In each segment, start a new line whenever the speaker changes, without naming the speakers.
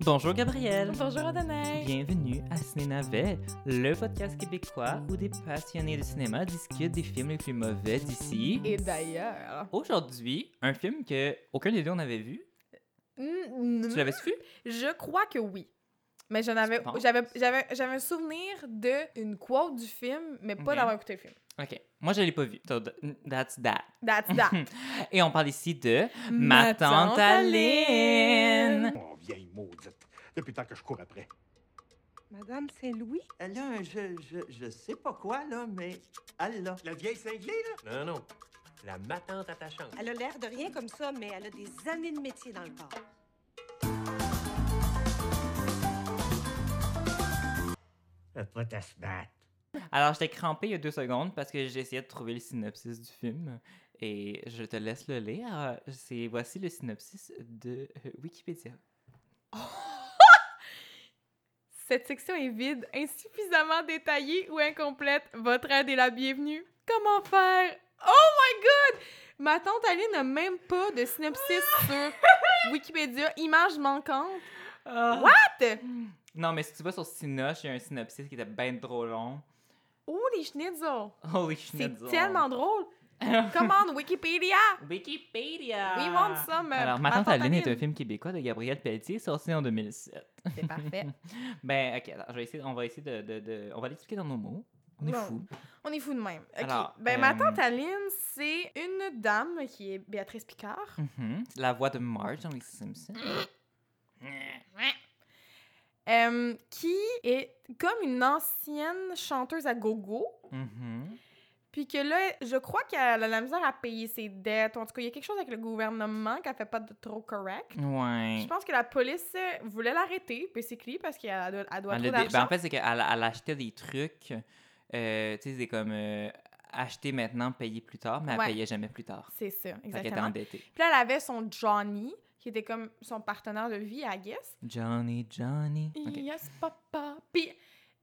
Bonjour Gabriel.
Bonjour Adonai.
Bienvenue à Cinénavet, le podcast québécois où des passionnés de cinéma discutent des films les plus mauvais d'ici.
Et d'ailleurs.
Aujourd'hui, un film que aucun des deux on avait vu.
Mm, mm,
Tu l'avais vu
Je crois que oui. Mais j'en avais,
penses?
j'avais, j'avais, j'avais un souvenir de une quote du film, mais pas
Ok.
d'avoir écouté le film.
Ok. Moi, je l'ai pas vu. So, th- that's that.
That's that.
Et on parle ici de Ma tante Aline.
Oh, vieille maudite. Depuis le temps que je cours après.
Madame Saint-Louis?
Elle a un je, je, je sais pas quoi, là, mais elle l'a.
La vieille cinglée, là? Non, non. La matante attachante.
Elle a l'air de rien comme ça, mais elle a des années de métier dans le corps.
Pas ta battre.
Alors, j'étais crampée il y a deux secondes parce que j'essayais de trouver le synopsis du film. Et je te laisse le lire. C'est voici le synopsis de euh, Wikipédia.
Cette section est vide, insuffisamment détaillée ou incomplète. Votre aide est la bienvenue. Comment faire? Oh my god! Ma tante Aline n'a même pas de synopsis sur Wikipédia. Image manquante.
Ah.
What?
Non, mais si tu vas sur Sinoche, il y a un synopsis qui était ben trop long.
Oh les schnitzel!
Holy
C'est
schnitzel.
tellement drôle!
Ah.
Commande Wikipédia!
Wikipédia!
We want some! euh,
Ah. Alors, Ma tante
tante
Aline est un film québécois de Gabriel Pelletier sorti en 2007.
C'est parfait.
Ben, ok, alors, je vais essayer, on va essayer de. de- de- on va l'expliquer dans nos mots. On est
Wow.
fous.
On est fous de même. OK.
Alors,
ben, ma
euh,
tante Aline, c'est une dame qui est Béatrice Picard.
Mhm. La voix de Marge dans Les Simpsons.
euh, qui est comme une ancienne chanteuse à gogo.
Mhm.
Puis que là, je crois qu'elle a la misère à payer ses dettes. En tout cas, il y a quelque chose avec le gouvernement qu'elle fait pas de trop correct.
Ouais.
Je pense que la police euh, voulait l'arrêter, basically, parce qu'elle doit, elle doit
Elle a
trop
des- ben,
d'argent.
en fait, c'est qu'elle elle achetait des trucs. euh, tu sais, c'est comme euh, acheter maintenant, payer plus tard, mais elle
Ouais.
payait jamais plus tard.
C'est ça,
Fait qu'elle était
exactement.
endettée.
Puis là, elle avait son Johnny, qui était comme son partenaire de vie, I guess.
Johnny, Johnny. Ok.
Yes, papa. Puis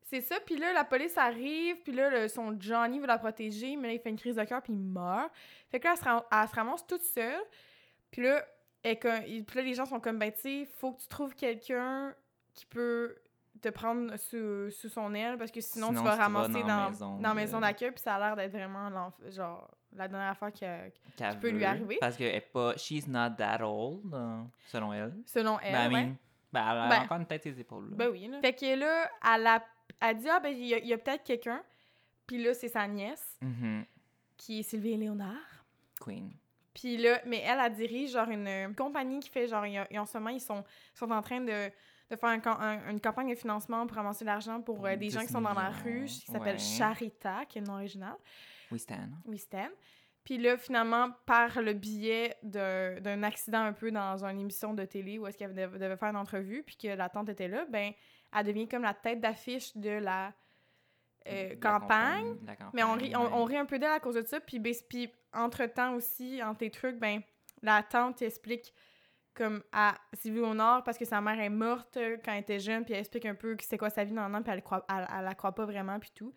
c'est ça. Puis là, la police arrive. Puis là, le- son Johnny veut la protéger. Mais là, il fait une crise de cœur. Puis il meurt. Fait que là, elle se, ra- elle se ramasse toute seule. Puis là, elle est comme- il- puis là, les gens sont comme, ben, tu sais, faut que tu trouves quelqu'un qui peut te prendre sous, sous son aile. Parce que sinon,
Sinon,
tu vas
tu vas
ramasser
dans
dans,
la
dans,
maison euh.
la
de-
maison d'accueil. Puis ça a l'air d'être vraiment l'enf- genre la dernière affaire que,
qu'elle
peut lui
veut,
arriver.
Parce qu'elle est pas. She's not that old, euh, selon elle.
selon elle.
ben, I
ouais.
mean, ben, elle a
Ben-
encore une tête et des épaules. là.
Ben oui, là. Fait que là, elle, a, elle dit, ah, ben, il y a, il y a peut-être quelqu'un. Puis là, c'est sa nièce,
Mhm.
qui est Sylvie Léonard.
Queen.
Puis là, mais elle, elle dirige, genre, une, euh, compagnie qui fait, genre, il y a- en ce moment, ils sont, sont en train de, de faire un cam- un- une campagne de financement pour amasser de l'argent pour euh, des
10
gens qui sont dans la
millions,
rue, qui s'appelle
ouais.
Charita, qui est le nom original,
Oui, Stan.
oui, Stan. Puis là, finalement, par le biais d'un d'un accident un peu dans une émission de télé où est-ce qu'elle dev- devait faire une entrevue, puis que la tante était là, ben, elle devient comme la tête d'affiche de la euh,
La
campagne.
de la
Mais on
campagne,
rit, on, on
ouais.
rit un peu d'elle à cause de ça. Puis, ben, puis entre-temps aussi, entre tes trucs, ben, la tante explique comme à Sylvie Honor parce que sa mère est morte euh, quand elle était jeune, puis elle explique un peu c'est quoi sa vie dans l'an, puis elle, croit, elle, elle la croit pas vraiment, puis tout.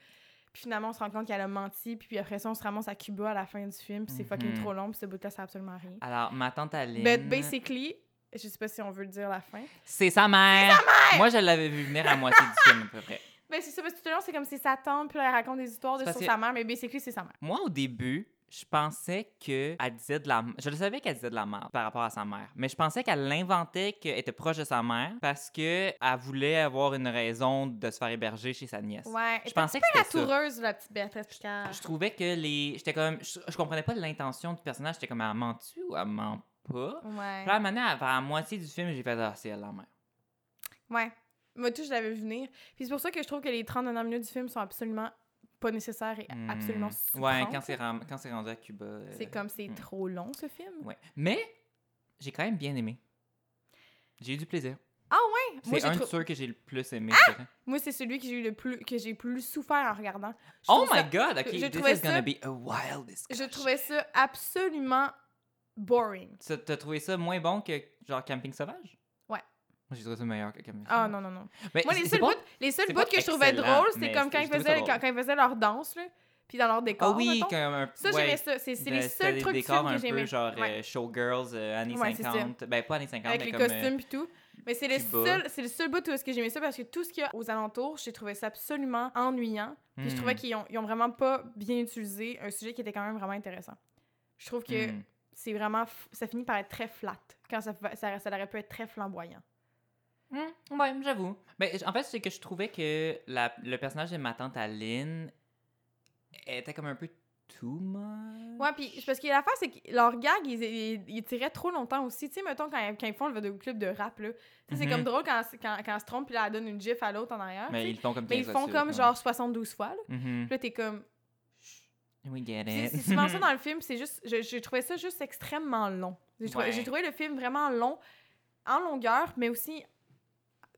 Puis finalement, on se rend compte qu'elle a menti, puis après ça, on se ramasse à Cuba à la fin du film, puis c'est fucking
Mhm.
trop long, puis ce bout-là, ça a absolument rien.
Alors, ma tante Aline.
But basically, je sais pas si on veut le dire à la fin.
C'est sa mère! Moi, je l'avais vu venir à moitié du film, à peu près.
Ben, c'est ça, parce que tout le long, c'est comme si sa tante, puis là, elle raconte des histoires de
C'est
sur
parce que-
sa mère, mais basically, c'est sa mère.
Moi, au début, je pensais que elle disait de la. Je le savais qu'elle disait de la merde par rapport à sa mère, mais je pensais qu'elle l'inventait, qu'elle était proche de sa mère parce que elle voulait avoir une raison de se faire héberger chez sa nièce.
Ouais.
Je pensais que
la
c'était ça.
toureuse, la petite Béatrice Picard.
Je trouvais que les. J'étais comme. Je, je comprenais pas l'intention du personnage. J'étais comme, elle ment-tu ou elle ment pas?
Ouais.
Puis là, maintenant, vers la moitié du film, j'ai fait, ah, c'est elle la mère.
Ouais. Moi, tout, je l'avais vu venir. Puis c'est pour ça que je trouve que les 30 dernières minutes du film sont absolument pas nécessaires et
Hmm.
Ben, absolument
Ouais,
souffrantes.
quand c'est ram- quand c'est rendu à Cuba. euh,
C'est comme c'est
hmm.
trop long, ce film.
Ouais. Mais, j'ai quand même bien aimé. J'ai eu du plaisir.
Ah ouais! Moi,
C'est
j'ai
un de
trou- Ah!
ceux que j'ai le plus aimé. je dirais.
Moi, c'est celui que j'ai eu le plus... que j'ai plus souffert en regardant. Je
Oh
trouve
my
ça-
god, ok,
je
this
trouvais
is gonna
ça-
be a wild discussion.
Je trouvais ça absolument boring.
Tu- T'as trouvé ça moins bon que genre Camping Sauvage?
Ouais.
Moi, j'ai trouvé ça meilleur que Camping
Ah
Sauvage.
non, non, non.
Mais
Moi,
c'est-
les
c'est
seuls
pas-
bouts, les seuls
c'est
bouts
pas
que je trouvais
excellent,
drôles,
mais
c'est comme
c'est-
quand
je
ils,
trouvais ça
faisaient,
drôle.
quand, quand ils faisaient leur danse, là. puis dans leur décor.
Ah oui,
mettons.
comme un
Ça,
ouais,
j'aimais ça. C'est c'est
de-
les
Ben, c'était
seuls
des
trucs de
décors
film
un
que
peu
j'aimais.
genre
Ouais.
euh, showgirls euh, années
Ouais, c'est ça.
50. Ben, pas années 50,
Avec
mais
les
comme. euh,
costumes puis tout. Mais c'est le
Cuba.
seul, c'est le seul bout où est-ce que j'aimais ça parce que tout ce qu'il y a aux alentours, j'ai trouvé ça absolument ennuyant. Puis je
hmm,
trouvais qu'ils ont, ils ont vraiment pas bien utilisé un sujet qui était quand même vraiment intéressant. Je trouve que
hmm.
c'est vraiment, f- ça finit par être très flat quand ça, fa- ça, ça aurait pu être très flamboyant.
Hmm, ouais, j'avoue. Ben, j- en fait, c'est que je trouvais que la- le personnage de ma tante Aline était comme un peu too much.
Ouais, puis c'est parce que l'affaire, c'est que leur gag, ils, ils, ils tiraient trop longtemps aussi. Tu sais, mettons, quand, quand ils font le club de rap, là. Tu sais, c'est
Mhm.
comme drôle quand, quand, quand elle se trompe, puis là, elle donne une gif à l'autre en arrière.
Mais Ben,
tu sais.
ils le font comme
Mais ils
15
font
là-dessus,
comme
ouais.
genre 72 fois, là.
Mhm.
Puis là, t'es comme.
We get
C'est
it.
c'est souvent ça dans le film, c'est juste. je- J'ai trouvé ça juste extrêmement long. J'ai trouvé,
Ouais.
j'ai trouvé le film vraiment long, en longueur, mais aussi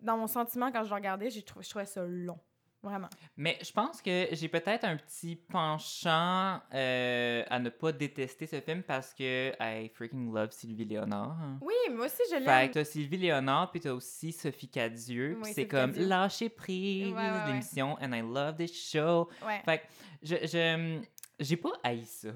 dans mon sentiment quand je le regardais, j'ai trouvé, je trouvais ça long. Vraiment.
Mais je pense que j'ai peut-être un petit penchant euh, à ne pas détester ce film parce que I freaking love Sylvie Léonard. hein.
Oui, moi aussi, je
Fait
l'aime.
que t'as Sylvie Léonard, puis t'as aussi Sophie Cadieux.
Oui,
puis c'est
Sophie
comme
Cadieux.
lâcher prise
Ouais, ouais, ouais.
l'émission, and I love this show.
Ouais.
Fait que je, je- j'ai pas haï ça.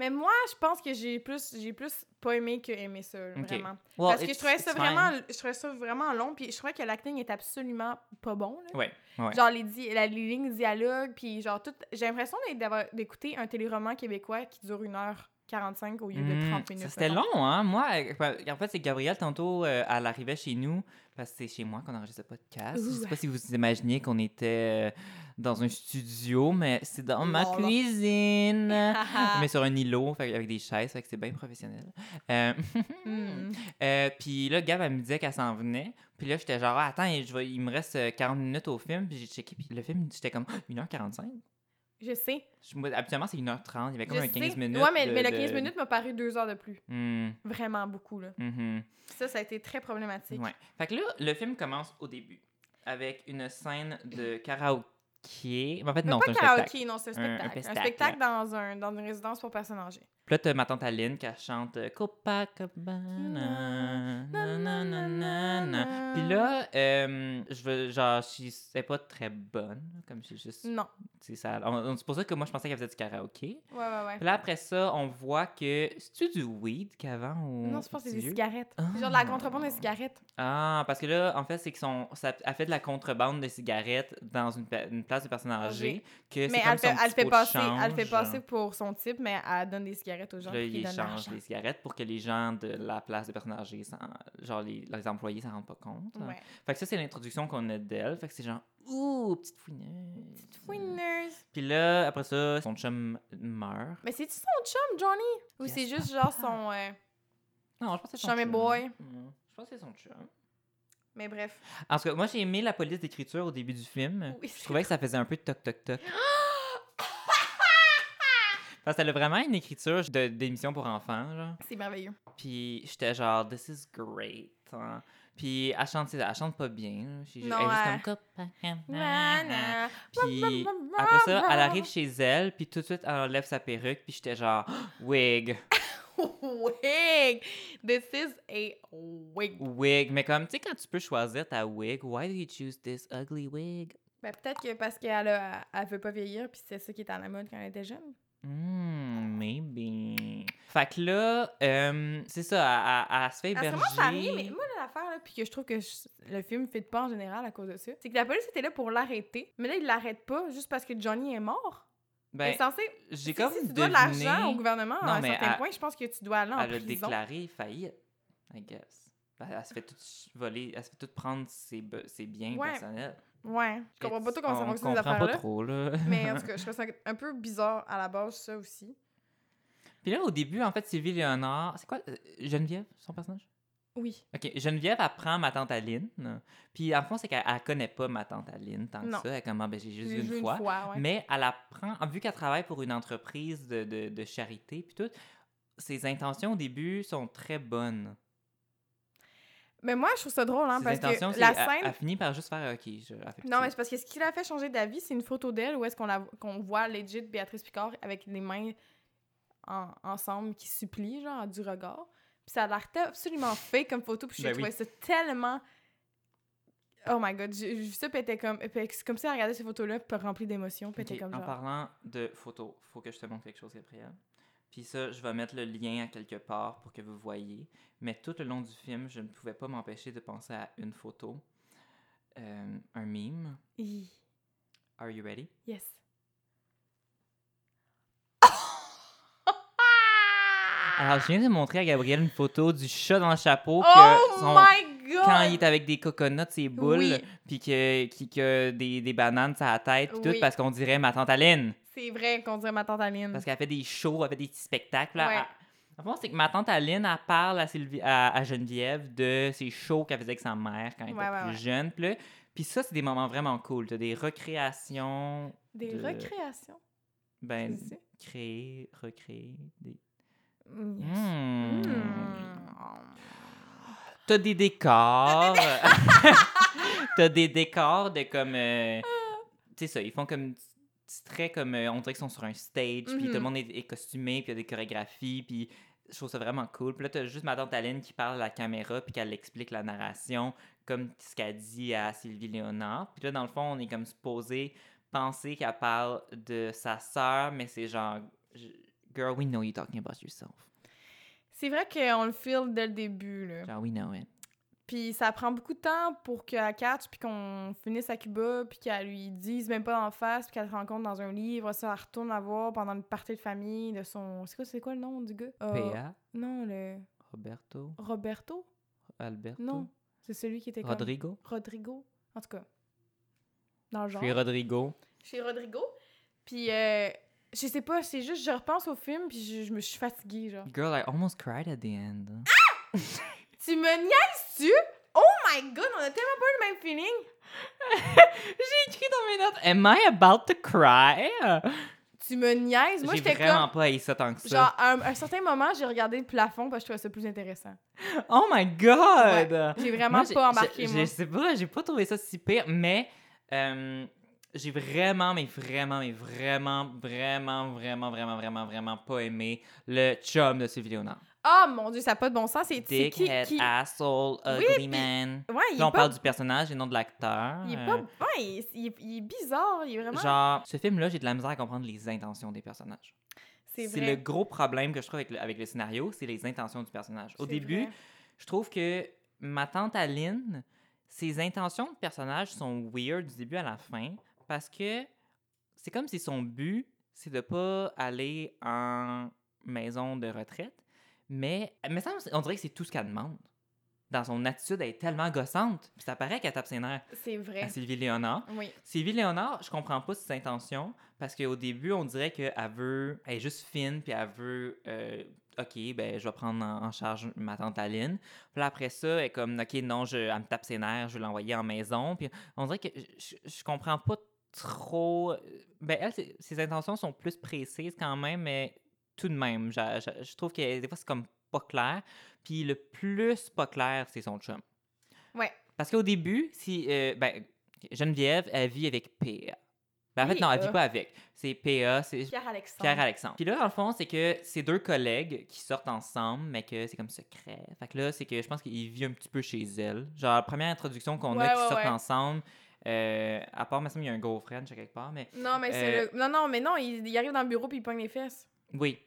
Mais moi, je pense que j'ai plus, j'ai plus pas aimé que aimé ça, là,
Ok.
vraiment.
Well,
Parce que
it's-
je trouvais ça
it's fine.
vraiment, je trouvais ça vraiment long, puis je trouvais que l'acting est absolument pas bon. là.
Ouais, ouais.
Genre les, di- la- les lignes dialogues, puis genre tout. J'ai l'impression d'être- d'avoir- d'écouter un téléroman québécois qui dure 1h45 au lieu de
Hmm,
30
ça,
minutes.
C'était
mettons.
long, hein? Moi, euh, en fait, c'est Gabrielle, tantôt, euh, elle arrivait chez nous, parce que c'est chez moi qu'on enregistre le podcast. Je
Ouh.
sais pas si vous imaginiez qu'on était euh, dans un studio, mais c'est dans ma
Lol.
cuisine.
Ah,
mais sur un îlot, fait, avec des chaises, fait que c'est bien professionnel. Euh,
Hmm.
euh, puis là, Gab, elle me disait qu'elle s'en venait. Puis là, j'étais genre, Ah, attends, je vais- il me reste euh, 40 minutes au film. Puis j'ai checké, puis le film, j'étais comme, 1h45.
Je sais.
Je- moi, habituellement, c'est 1h30. Il y avait
Je
comme un 15
sais.
minutes.
Ouais, mais,
de-
mais le
de-
15 minutes m'a paru deux heures de plus.
Hmm,
Vraiment beaucoup, là.
mhm.
Ça, ça a été très problématique.
Ouais. Fait que là, le film commence au début avec une scène de karaoké. En fait,
Mais
non, c'est
pas
un spectacle.
karaoké, non, c'est un
Un- un
spectacle. Un spectacle,
spectacle,
dans, un, dans une résidence pour personnes âgées.
Puis là, t'as ma tante Aline qui chante euh, Copacabana.
Na, na, na, na, na.
Puis là, euh, je veux, genre, je- c'est pas très bonne. Comme c'est juste.
Non.
c'est ça. On, on- c'est pour ça que moi, je pensais qu'elle faisait du karaoké.
Ouais, ouais, ouais.
Puis là, après ça, on voit que. C'est-tu du weed qu'avant ou.
Non, je pense que c'est des
du-
cigarettes.
Mm. Ah.
C'est genre de la contrebande des cigarettes.
Ah, parce que là, en fait, c'est que son, ça a fait de la contrebande de cigarettes dans une, pa- une place de personnes âgées. Que c'est
Mais
comme
elle fait,
son
elle,
petit
fait
pot de
passer, elle fait
change.
passer pour son type, mais elle donne des cigarettes aux gens.
Puis Là,
puis ils
il
donnent
échange
l'argent.
les cigarettes pour que les gens de la place de personnes âgées, s'en- genre les, les employés, s'en rendent pas compte. hein.
Ouais.
Fait que ça, c'est l'introduction qu'on a d'elle. Fait que c'est genre, ouh, petite fouineuse.
Winners.
Puis là, après ça, son chum meurt.
Mais c'est-tu son chum, Johnny? Ou
Yes,
c'est juste genre son. euh,
Non, je pense que c'est son
Chum et
chum.
boy.
Mm, Je pense que c'est son chum.
Mais bref.
En tout cas, moi, j'ai aimé la police d'écriture au début du film.
Oui,
je
c'est
trouvais que ça faisait un peu toc-toc-toc. Parce qu'elle a vraiment une écriture de- d'émission pour enfants, genre.
C'est merveilleux.
Puis j'étais genre, this is great. hein. Puis elle chante, elle chante pas bien. là. J'ai-
Non,
elle est
elle-
juste comme Copacabana.
Nana.
Puis
Bla, bla, bla,
après ça,
bla.
elle arrive chez elle, puis tout de suite, elle enlève sa perruque, puis j'étais genre, wig,
wig! This is a wig.
wig. Mais comme, tu sais, quand tu peux choisir ta wig, why do you choose this ugly wig?
Ben, peut-être que parce qu'elle a- elle veut pas vieillir, puis c'est ça qui était à la mode quand elle était jeune.
Hmm, maybe. Fait que là, euh, c'est ça, elle, elle- elle se fait
À ce
héberger.
moment, ça arrive, mais Ah, moi, là, l'affaire, là, puis que je trouve que je- le film fait pas en général à cause de ça, c'est que la police était là pour l'arrêter, mais là, ils l'arrêtent pas juste parce que Johnny est mort. Elle
ben,
est censée...
j'ai
si-
comme
si tu dois de
deviné,
l'argent au gouvernement,
Non,
à un
mais
certain
elle-
point, je pense que tu dois aller en
elle a
prison.
déclaré faillite, I guess. Ben, elle se fait tout voler, elle se fait tout prendre ses, be- ses biens
Ouais.
personnels.
Ouais, je comprends pas tout comment ça
On
fonctionne, ces
comprend pas
affaires-là.
trop, là.
Mais en tout cas, je trouve ça un peu bizarre à la base, ça aussi.
Puis là, au début, en fait, Sylvie Léonard... C'est quoi? euh, Geneviève, son personnage?
Oui.
OK, Geneviève apprend ma tante Aline. Puis, en fond, c'est qu'elle elle connaît pas ma tante Aline tant que
Non.
ça. Elle commence, ben, j'ai juste
J'ai
vu
joué
une fois.
ouais.
Mais elle apprend, vu qu'elle travaille pour une entreprise de, de- de charité, puis tout, ses intentions au début sont très bonnes.
Mais moi, je trouve ça drôle, hein,
ses
parce
intentions,
que
c'est-
la
elle-
scène.
Elle, finit par juste faire OK. Je, elle fait
Non, mais
plus
c'est parce que ce qui l'a fait changer d'avis, c'est une photo d'elle où est-ce qu'on la... qu'on voit legit Béatrice Picard avec les mains en- ensemble qui supplient, genre, du regard. Puis ça a l'air ta- absolument fake comme photo, puis je
Ben oui.
trouvais ça tellement Oh my god, j'ai j'ai vu ça, puis elle était comme. puis elle- C'est comme ça, elle regardait ces photos-là, puis remplie d'émotions, puis elle était
Ok,
comme
en
genre.
parlant de photos, faut que je te montre quelque chose, Gabriel. Puis ça, je vais mettre le lien à quelque part pour que vous voyez. Mais tout le long du film, je ne pouvais pas m'empêcher de penser à une photo, Euh, un meme.
Hi.
Are you ready?
Yes.
Alors, je viens de montrer à Gabriel une photo du chat dans le chapeau que
oh
son-
my god!
quand il est avec des coconuts, ses boules,
Oui.
puis que, qui- que des, des bananes sur la tête, puis tout,
Oui. Mm.
parce qu'on dirait ma tante Aline.
C'est vrai qu'on dirait ma tante Aline.
Parce qu'elle fait des shows, elle fait des petits spectacles. là.
Ouais.
Elle- En fait, c'est que ma tante Aline, elle parle à, Sylvie, à, à Geneviève de ces shows qu'elle faisait avec sa mère quand elle
Ouais,
était
ouais,
plus
ouais.
jeune. Puis, là- puis ça, c'est des moments vraiment cool. T'as des recréations,
Des
de-
recréations.
ben,
c'est ça?
créer, recréer. Des...
Mm, yes.
Hmm.
Mm.
T'as des décors. T'as des décors de comme. euh, tu sais ça, ils font comme. C'est très comme. euh, on dirait qu'ils sont sur un stage, puis tout le
Mhm.
monde est, est costumé, puis il y a des chorégraphies, puis je trouve ça vraiment cool. Puis là, t'as juste ma tante Aline qui parle à la caméra, puis qu'elle explique la narration, comme ce qu'elle dit à Sylvie Léonard. Puis là, dans le fond, on est comme supposé penser qu'elle parle de sa sœur, mais c'est genre. je- Girl, we know you're talking about yourself.
C'est vrai qu'on le file dès le début, là.
Genre, we know it.
Puis ça prend beaucoup de temps pour qu'elle catch, puis qu'on finisse à Cuba, puis qu'elle lui dise même pas en face, puis qu'elle le rencontre dans un livre. Ça, elle retourne la voir pendant une partie de famille de son. C'est quoi, c'est quoi le nom du gars Euh,
P.A.
Non, le.
Roberto.
Roberto
Alberto.
Non. C'est celui qui était comme.
Rodrigo.
Rodrigo. En tout cas. Dans le
Je
genre.
suis Rodrigo.
Chez Rodrigo. Puis euh, je sais pas, c'est juste, je repense au film, puis je, je me suis fatiguée, genre.
Girl, I almost cried at the end.
Tu me niaises-tu? Oh my god, on a tellement pas eu le même feeling!
J'ai écrit dans mes notes, Am I about to cry?
Tu me niaises! Moi,
J'ai
j'étais
vraiment
comme.
pas haï ça tant que ça.
Genre, à un, à un certain moment, j'ai regardé le plafond parce que je trouvais ça plus intéressant.
Oh my god!
J'ai vraiment
Moi, j'ai-
pas embarqué,
j'ai-
moi.
Je sais pas, j'ai pas trouvé ça si pire, mais euh, j'ai vraiment, mais vraiment, mais vraiment, vraiment, vraiment, vraiment, vraiment, vraiment pas aimé le chum de Sylvie Léonard.
Oh mon dieu, ça n'a pas de bon sens. C'est c'est
Dick,
qui?
head,
qui...
asshole,
Oui,
ugly
puis-
man.
Ouais, il
Là,
est
on
pas.
parle du personnage et non de l'acteur.
Il est
Euh,
pas. Ouais, il, il est- il est bizarre. Il est vraiment.
Genre, ce film-là, j'ai de la misère à comprendre les intentions des personnages.
c'est
C'est le
vrai.
gros problème que je trouve avec le, avec le scénario, c'est les intentions du personnage. Au
C'est
début,
vrai.
je trouve que ma tante Aline, ses intentions de personnage sont weird du début à la fin parce que c'est comme si son but, c'est de pas aller en maison de retraite, mais il me semble- on dirait que c'est tout ce qu'elle demande. Dans son attitude, elle est tellement gossante. Puis ça paraît qu'elle tape ses nerfs
C'est vrai.
à Sylvie Léonard.
Oui.
Sylvie Léonard, je comprends pas ses intentions parce qu'au début, on dirait qu'elle veut. Elle est juste fine, puis elle veut. euh, OK, ben, je vais prendre en, en charge ma tante Aline. Puis là, après ça, elle est comme OK, non, je, elle me tape ses nerfs, je vais l'envoyer en maison. Puis on dirait que je, je- je comprends pas trop. Ben, elle, ses- ses intentions sont plus précises quand même, mais tout de même, j'a- j'a- je, trouve que des fois, c'est comme pas clair. Puis le plus pas clair, c'est son chum.
Ouais.
Parce qu'au début, si, euh, ben, Geneviève, elle vit avec PA. Ben, en fait, non, elle vit
PA.
pas avec. C'est PA, c'est
Pierre Alexandre.
Pierre-Alexandre. Puis là, dans le fond, c'est que c'est deux collègues qui sortent ensemble, mais que c'est comme secret. Fait que là, c'est que je pense qu'il vit un petit peu chez elle. Genre, la première introduction qu'on
Ouais,
a qui
ouais,
sortent
ouais.
ensemble, euh, à part, mais il y a un girlfriend, je sais quelque part, mais
Non, mais c'est
Euh,
le. Non, non, mais non, il, il arrive dans le bureau puis il pogne les fesses.
Oui.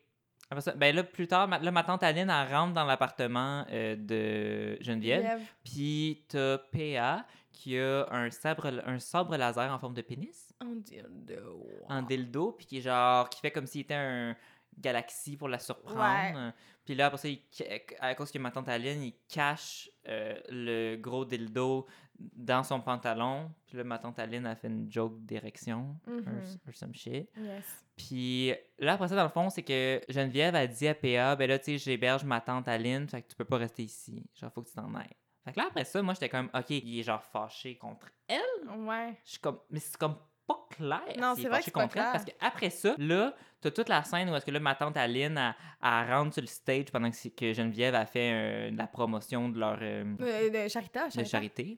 Après ça, ben là, plus tard, ma, là, ma tante Aline, elle rentre dans l'appartement euh, de Geneviève.
Lève.
Puis t'as PA qui a un sabre, un sabre laser en forme de pénis,
En dildo.
en dildo, puis qui est genre, qui fait comme s'il était un galaxie pour la surprendre. Puis là, après ça, il ca- à cause que ma tante Aline, il cache euh, le gros dildo dans son pantalon. Puis là, ma tante Aline a fait une joke d'érection,
Mhm.
or- or some shit.
Yes.
Puis là, après ça, dans le fond, c'est que Geneviève a dit à PA, ben là, tu sais, j'héberge ma tante Aline, fait que tu peux pas rester ici. Genre, faut que tu t'en ailles. Fait que là, après ça, moi, j'étais comme, OK, il est genre fâché contre elle.
Ouais.
Je suis comme, mais c'est comme pas clair.
Non,
s'il
c'est
est
vrai
fâché
que c'est pas
contre elle,
clair.
Parce qu'après ça, là, t'as toute la scène où est-ce que là, ma tante Aline, elle, elle rentre sur le stage pendant que, c'est- que Geneviève a fait euh, la promotion de leur. euh,
Euh, de Charita,
de charité.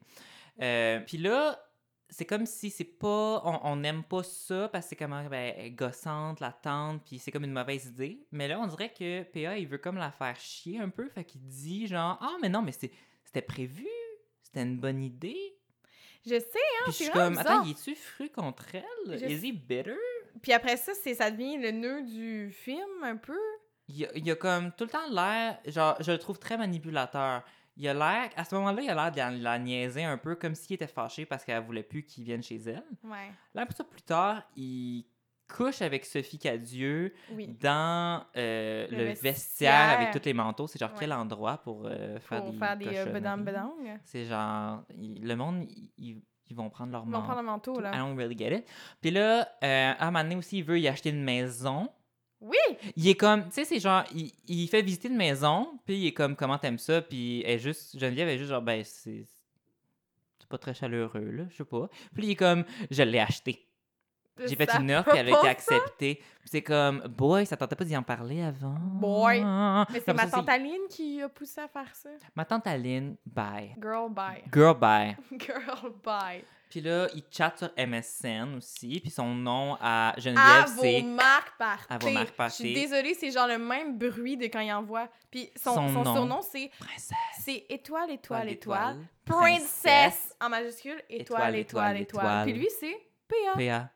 Euh, Puis là, c'est comme si c'est pas. on- On n'aime pas ça parce que c'est comme ah, ben, elle est gossante, la tante, puis c'est comme une mauvaise idée. Mais là, on dirait que PA, il veut comme la faire chier un peu. Fait qu'il dit genre Ah, mais non, mais c'est- c'était prévu. C'était une bonne idée.
Je sais, hein,
Puis je
c'est
suis
vraiment
comme,
bizarre.
attends, il est-tu fru contre elle?
Je-
Is he bitter?
Puis après ça, c'est ça devient le nœud du film, un peu.
Il y a, il y a comme tout le temps l'air, genre, je le trouve très manipulateur. Il a l'air, à ce moment-là, il a l'air de la, la niaiser un peu, comme s'il était fâché parce qu'elle voulait plus qu'il vienne chez elle.
Ouais.
Là, après ça, plus tard, il couche avec Sophie Cadieux
Oui.
dans euh,
Le
le, vestiaire.
vestiaire.
avec tous les manteaux. C'est genre
Ouais.
quel endroit pour euh, faire
Pour
des
faire des euh,
cochonneries.
bedang-bedang.
C'est genre, il- le monde, il- il- ils vont prendre leur
Ils vont prendre
manteau.
le manteau,
I
Oh, là.
don't really get it. Puis là, euh, à un moment donné aussi, il veut y acheter une maison.
Oui!
Il est comme, tu sais, c'est genre, il, il fait visiter une maison, puis il est comme, comment t'aimes ça? Puis elle est juste, Geneviève est juste genre, ben, c'est c'est pas très chaleureux, là, je sais pas. Puis il est comme, je l'ai acheté. J'ai fait
Ça
une offre, puis elle a été
propose-
acceptée. Puis c'est comme, boy, ça tentait pas d'y en parler avant.
Boy. Mais c'est
Comme
ma
ça,
tante Aline qui a poussé à faire ça.
Ma tante Aline, bye.
Girl, bye.
Girl, bye.
Girl, bye.
Puis là, il chatte sur MSN aussi, puis son nom à
À
Geneviève,
vos
c'est...
marques partez.
À vos marques,
Je suis
partez.
désolée, c'est genre le même bruit de quand il envoie. Puis son,
Son
son
nom.
surnom, c'est
Princesse.
c'est étoile, étoile, étoile. Princess!
Princess.
En majuscule, étoile,
Étoile,
étoile,
étoile,
étoile. Puis
étoile.
lui, c'est PA.
PA.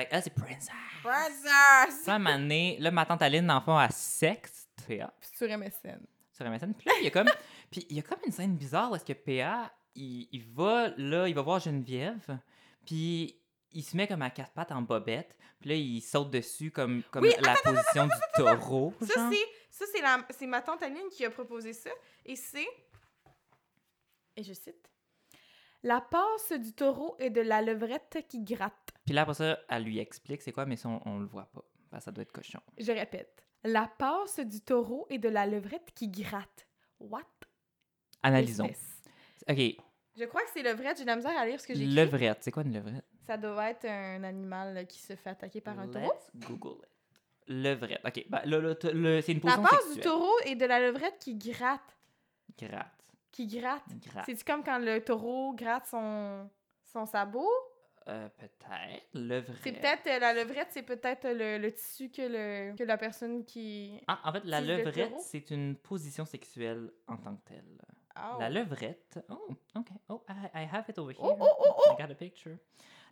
Fait que elle, c'est Princess.
Princess!
Ça, à un moment donné, là, ma tante Aline, dans le fond, elle sexe PA
Sur MSN.
sur MSN. Puis là, il y a comme, puis il y a comme une scène bizarre où est-ce que PA, il, il va, là, il va voir Geneviève, puis il se met comme à quatre pattes en bobette, puis là, il saute dessus comme, comme
Oui,
la position du taureau.
Ça,
genre.
c'est, ça c'est, la, c'est ma tante Aline qui a proposé ça. Et c'est. Et je cite. La passe du taureau et de la levrette qui gratte.
Puis là, après ça, elle lui explique c'est quoi, mais ça, on, on le voit pas. Parce que ça doit être cochon.
Je répète. La passe du taureau et de la levrette qui gratte. What?
Analysons.
espèce?
OK,
Je crois que c'est levrette. J'ai de la misère à lire ce que j'ai écrit.
levrette. C'est quoi une levrette?
Ça doit être un animal là, qui se fait attaquer par un taureau.
Let's Google it. Levrette. OK, bah, le, le- le- c'est une
La
position
passe du
sexuelle.
taureau et de la levrette qui gratte.
Gratte.
Qui gratte.
Gratte.
C'est-tu comme quand le taureau gratte son, son sabot?
Euh, peut-être. Levrette.
C'est peut-être euh, la levrette, c'est peut-être le, le tissu que, le, que la personne qui.
Ah, en fait, la
Utilise le
levrette,
taureau.
c'est une position sexuelle en tant que telle.
Ah,
La
oh.
levrette. Oh, OK. Oh, I, I have it over here.
Oh, oh, oh, oh! Ah!
I got a picture.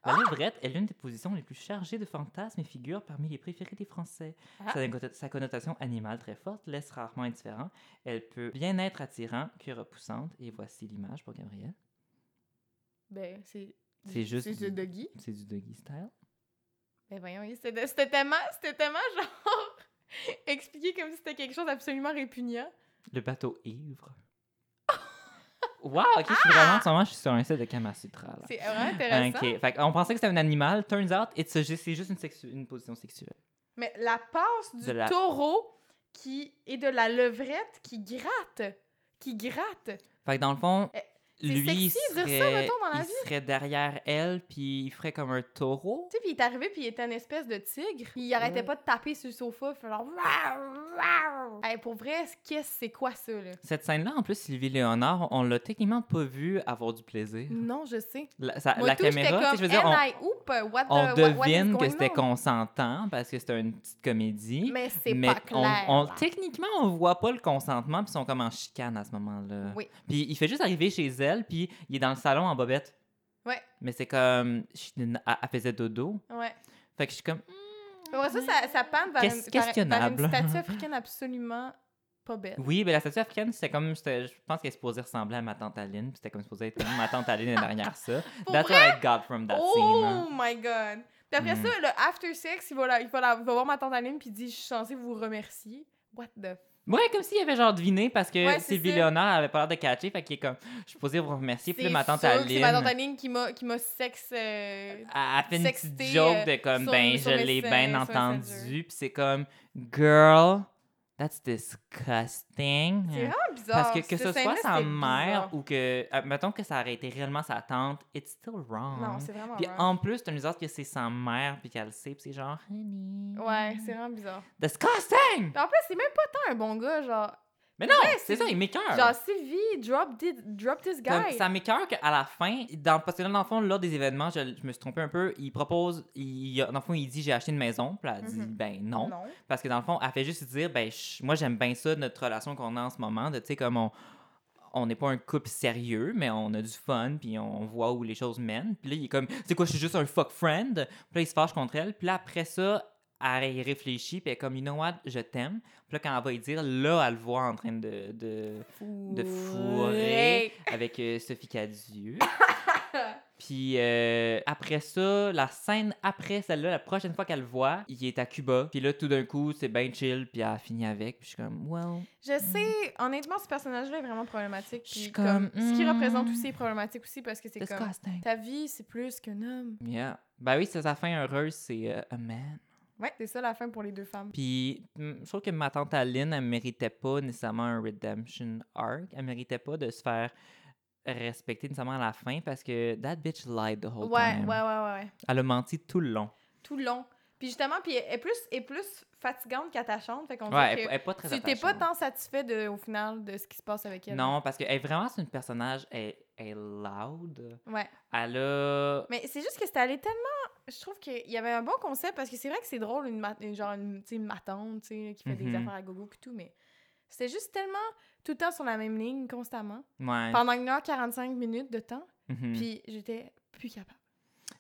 La levrette est l'une des positions les plus chargées de fantasmes et figure parmi les préférées des Français.
Ah.
Sa, connota- sa connotation animale très forte laisse rarement indifférent. Elle peut bien être attirante que repoussante. Et voici l'image pour Gabriel.
Ben, c'est.
C'est juste
C'est
du-
de Guy.
C'est du doggy style.
Ben, voyons, oui, c'était c'était tellement, c'était tellement genre. expliqué comme si c'était quelque chose d'absolument répugnant.
Le bateau ivre. Wow, ok, je suis vraiment, en ce moment, je suis sur un set de Kama Sutra, là.
C'est vraiment intéressant.
Ok, fait qu'on pensait que c'était un animal, turns out, it's a- c'est juste une, sexu- une position sexuelle.
Mais la passe du
De la-
taureau qui et de la levrette qui gratte. Qui gratte.
Fait que dans le fond,
Eh,
lui,
sexy
il
de dire ça,
serait,
mettons, dans la
il
vie.
serait derrière elle, puis il ferait comme un taureau.
Tu sais, puis il est arrivé, puis il était une espèce de tigre. Il arrêtait
Ouais.
pas de taper sur le sofa, il fait genre. Waouh, waouh. Hey, pour vrai, qu'est-ce c'est quoi ça, là?
Cette scène-là, en plus, Sylvie Léonard, on l'a techniquement pas vu avoir du plaisir.
Non, je sais.
La, ça-
Mm. Moi,
la
tout, j'étais
caméra, tu sais,
comme,
je veux dire,
Am
on,
I oop? What the-
on
what- what is
devine
going
que c'était
on?
consentant parce que c'était une petite comédie.
Mais c'est
Mais
pas clair.
On, on- techniquement, on voit pas le consentement, puis ils sont comme en chicane à ce moment-là.
Oui.
Puis il fait juste arriver chez elle, puis il est dans le salon en bobette.
Ouais.
Mais c'est comme. je- Elle elle faisait dodo.
Ouais.
Fait que je suis comme.
Après ça, ça, ça pend vers,
Qu'est-
une- vers- vers une
questionnable.
statue africaine absolument pas belle.
Oui, mais la statue africaine, c'était comme. c'était- Je pense qu'elle est supposée ressembler à ma tante Aline, puis c'était comme supposé être comme ma tante Aline est derrière ça.
Pour
That's what I got from that scene. hein.
Oh my god! Puis après
Mm.
ça, le after sex, il va, la- il va, la- il va voir ma tante Aline puis il dit Je suis censée vous remercier. What the
Ouais, comme s'il avait genre deviné parce que
Ouais, c'est
Sylvie
ça.
Léonard avait pas l'air de catcher, fait qu'il est comme. Je suis posée vous remercier, puis là, ma tante
sûr que C'est ma
Aline.
tante
Ah,
Aline qui m'a qui m'a sexe. euh,
Elle fait une
Sexté,
petite
euh,
joke de comme,
sur-
ben,
sur
je l'ai
Messenger,
bien
sur Messenger.
entendu. Puis c'est comme, girl, that's disgusting. Hein.
C'est vraiment bizarre.
Parce que que
Cette
ce soit
scène-là,
sa
c'était
mère
bizarre.
ou que, euh, mettons que ça aurait été réellement sa tante, it's still wrong.
Non, c'est vraiment
Puis
wrong.
en plus, t'as une bizarre que c'est sa mère, puis qu'elle le sait, puis c'est genre, honey.
Ouais, c'est vraiment bizarre.
Disgusting!
En plus, c'est même pas tant un bon gars, genre.
Mais non,
Ouais,
c'est
c'est-
ça, il m'écoeure.
Genre, Sylvie, drop, thi- drop this guy.
Comme, ça m'écoeure qu'à la fin, dans, parce que là, dans le fond, lors des événements, je, je me suis trompée un peu. Il propose, il, dans le fond, il dit j'ai acheté une maison. Puis elle dit
Mhm.
ben
non.
Parce que dans le fond, elle fait juste dire, ben, je- moi, j'aime bien ça, notre relation qu'on a en ce moment, de, tu sais, comme on, on n'est pas un couple sérieux, mais on a du fun, puis on voit où les choses mènent. Puis là, il est comme, c'est quoi, je suis juste un fuck friend. Puis là, il se fâche contre elle. Puis là, après ça, elle y réfléchit, puis elle est comme, you know what, je t'aime. Puis là, quand elle va y dire, là, elle le voit en train de, de, de fourrer avec euh, Sophie Cadieux. Puis euh, après ça, la scène après celle-là, la prochaine fois qu'elle le voit, il est à Cuba. Puis là, tout d'un coup, c'est bien chill, puis elle finit avec. Puis je suis comme, well.
Je sais, honnêtement, ce personnage-là est vraiment problématique.
Mm. Je suis
Puis
comme,
comme, ce qui
hmm.
représente aussi est problématique aussi parce que c'est comme
Disgusting.
ta vie, c'est plus qu'un homme.
Yeah. Ben oui, c'est sa fin heureuse, c'est euh, a man.
Ouais, c'est ça la fin pour les deux femmes.
Puis mm, je trouve que ma tante Aline, elle méritait pas nécessairement un redemption arc. Elle méritait pas de se faire respecter nécessairement à la fin parce que that bitch lied the whole
Ouais, ouais,
time.
ouais, ouais, ouais.
Elle a menti tout le long.
Tout le long. Puis justement, puis elle est plus, elle est plus fatigante qu'attachante. Fait qu'on
ouais, elle,
dirait
elle est pas très
que tu t'es pas
attachante.
tant satisfait de, au final de ce qui se passe avec elle.
Non, parce que elle, vraiment, c'est une personnage, elle, elle est loud.
Ouais.
Elle a.
Mais c'est juste que c'était allé tellement. Je trouve qu'il y avait un bon concept parce que c'est vrai que c'est drôle, une, ma- une- genre une, tu sais, une matante tu sais, qui fait des
Mhm.
affaires à gogo et tout, mais c'était juste tellement tout le temps sur la même ligne, constamment.
Ouais.
Pendant 1h45 minutes de temps,
mhm.
puis j'étais plus capable.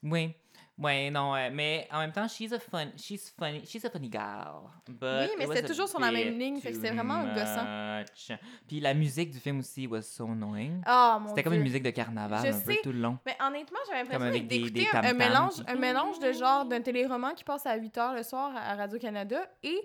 Oui. Oui, non, ouais. mais en même temps, she's a fun, she's funny, she's a funny girl. But
Oui, mais
it was
c'était
a
toujours sur la même
bit
ligne, fait que c'était
too
vraiment gossant.
much. Puis la musique du film aussi was so annoying.
Ah, mon
c'était comme
Dieu.
une musique de carnaval
Je
un peu
sais.
tout le long.
Mais honnêtement, j'avais
Comme
l'impression
avec des-
d'écouter
des
un, un
tam-tams,
mélange,
puis-
un mélange de genre d'un téléroman qui passe à 8h le soir à Radio-Canada et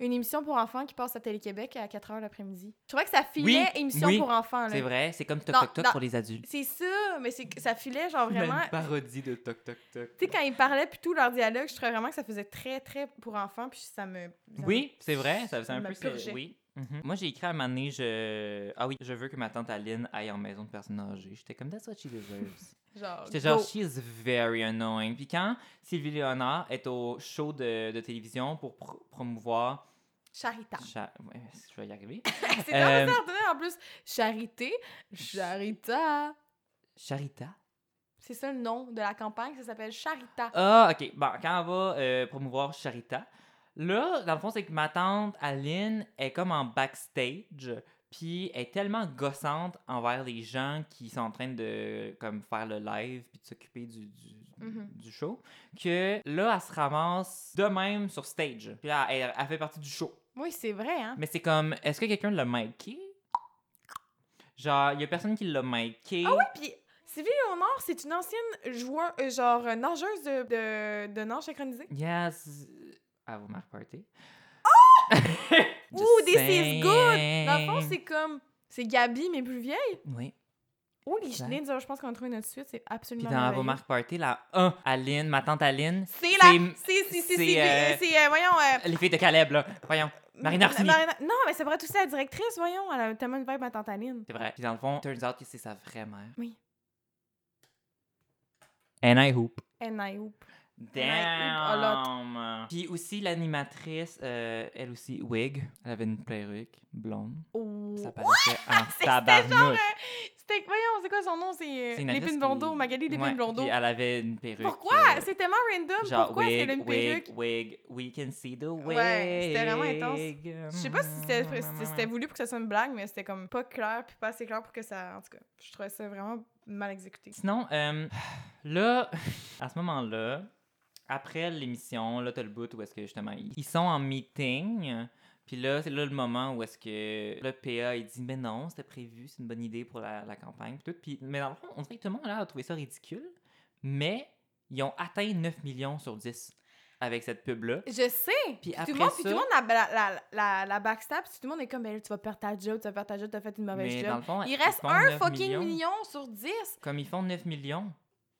une émission pour enfants qui passe à Télé-Québec à 4h l'après-midi. Je trouvais que ça filait émission
oui,
pour enfants.
C'est
là.
vrai, c'est comme Toc
Dans-
Toc Toc
dans-
pour les adultes.
C'est ça, mais c'est que ça filait genre vraiment.
Une parodie de Toc Toc Toc.
Tu sais, quand ils parlaient puis tout leur dialogue, je trouvais vraiment que ça faisait très, très pour enfants, puis ça me. ça me-
Oui, c'est vrai, ça faisait un
me
peu ce-
purgeait.
Oui. Mhm. Moi, j'ai écrit à un moment donné, je... Ah oui, je veux que ma tante Aline aille en maison de personnes âgées. J'étais comme, that's what she deserves.
Genre.
J'étais genre,
go.
she is very annoying. Puis quand Sylvie Léonard est au show de, de télévision pour pr- promouvoir.
Charitable.
Cha- ouais, je vais y arriver.
c'est vraiment
Euh,
ça, on dirait, en plus. Charité. Charita.
Charita.
C'est ça le nom de la campagne, ça s'appelle Charita.
Ah, ok. Bon, quand elle va euh, promouvoir Charita, là, dans le fond, c'est que ma tante Aline est comme en backstage, puis elle est tellement gossante envers les gens qui sont en train de comme faire le live puis de s'occuper du, du,
Mhm.
du show, que là, elle se ramasse de même sur stage. Puis là, elle, elle fait partie du show.
Oui, c'est vrai, hein.
Mais c'est comme, est-ce que quelqu'un l'a miké? Genre, il y a personne qui l'a miké.
Ah oui, puis Sylvie Léonard, c'est une ancienne joueur, euh, genre euh, nageuse de, de, de nage synchronisé.
Yes. À vous, Marc Party. Oh!
Ouh, Ah! this is good! Dans le
Ben.
fond, c'est comme. C'est Gabi, mais plus vieille.
Oui.
Oh, les
Exact.
chenilles, je pense qu'on a trouvé notre suite, c'est
Puis
absolument.
dans À vous,
merveilleux.
Marc Party, la 1, Aline, ma tante Aline,
C'est la.
C'est-
C'est. C'est. C'est.
c'est,
C'est.
euh,
c'est, euh, voyons. euh,
les filles de Caleb, là. Voyons. Marina Orsini.
Marina- Non, mais ça pourrait tout ça la directrice, voyons. Elle a tellement une vibe à tante Aline.
C'est vrai. Puis dans le fond, turns out que c'est sa vraie mère.
Oui.
And I hope.
And I hope.
Damn! Puis aussi, l'animatrice, euh, elle aussi, wig. Elle avait une perruque blonde.
Oh.
Ça paraissait en
C'était genre. euh,
tabarnouche.
C'était. Voyons, c'est quoi son nom C'est. euh,
C'est une actrice
Lépine
qui-
Blondeau. Magali
Ouais,
Lépine Blondeau.
puis elle avait une perruque.
Pourquoi
euh,
C'est tellement random.
Genre,
Pourquoi
wig,
c'est une perruque
wig, wig, we can see the Hmm, wig.
Ouais, c'était vraiment intense. Je sais pas si c'était si c'était voulu pour que ça soit une blague, mais c'était comme pas clair, puis pas assez clair pour que ça. En tout cas, je trouvais ça vraiment mal exécuté.
Sinon, euh, là, à ce moment-là, après l'émission, là, t'as le bout où est-ce que justement, ils ils sont en meeting. Puis là, c'est là le moment où est-ce que le PA, il dit, mais non, c'était prévu, c'est une bonne idée pour la, la campagne. Puis tout. Puis, mais dans le fond, on dirait que tout le monde là, a trouvé ça ridicule, mais ils ont atteint 9 millions sur 10 avec cette pub-là.
Je sais!
Puis
Tout
après
le monde,
ça,
puis tout le monde la, la, la, la, la backstab, puis tout le monde est comme, mais là, tu vas perdre ta job, tu vas perdre ta job, t'as fait une mauvaise
mais dans
job.
le fond,
Il
ils
reste
font
un
9
fucking
millions.
million sur 10.
Comme ils font 9 millions.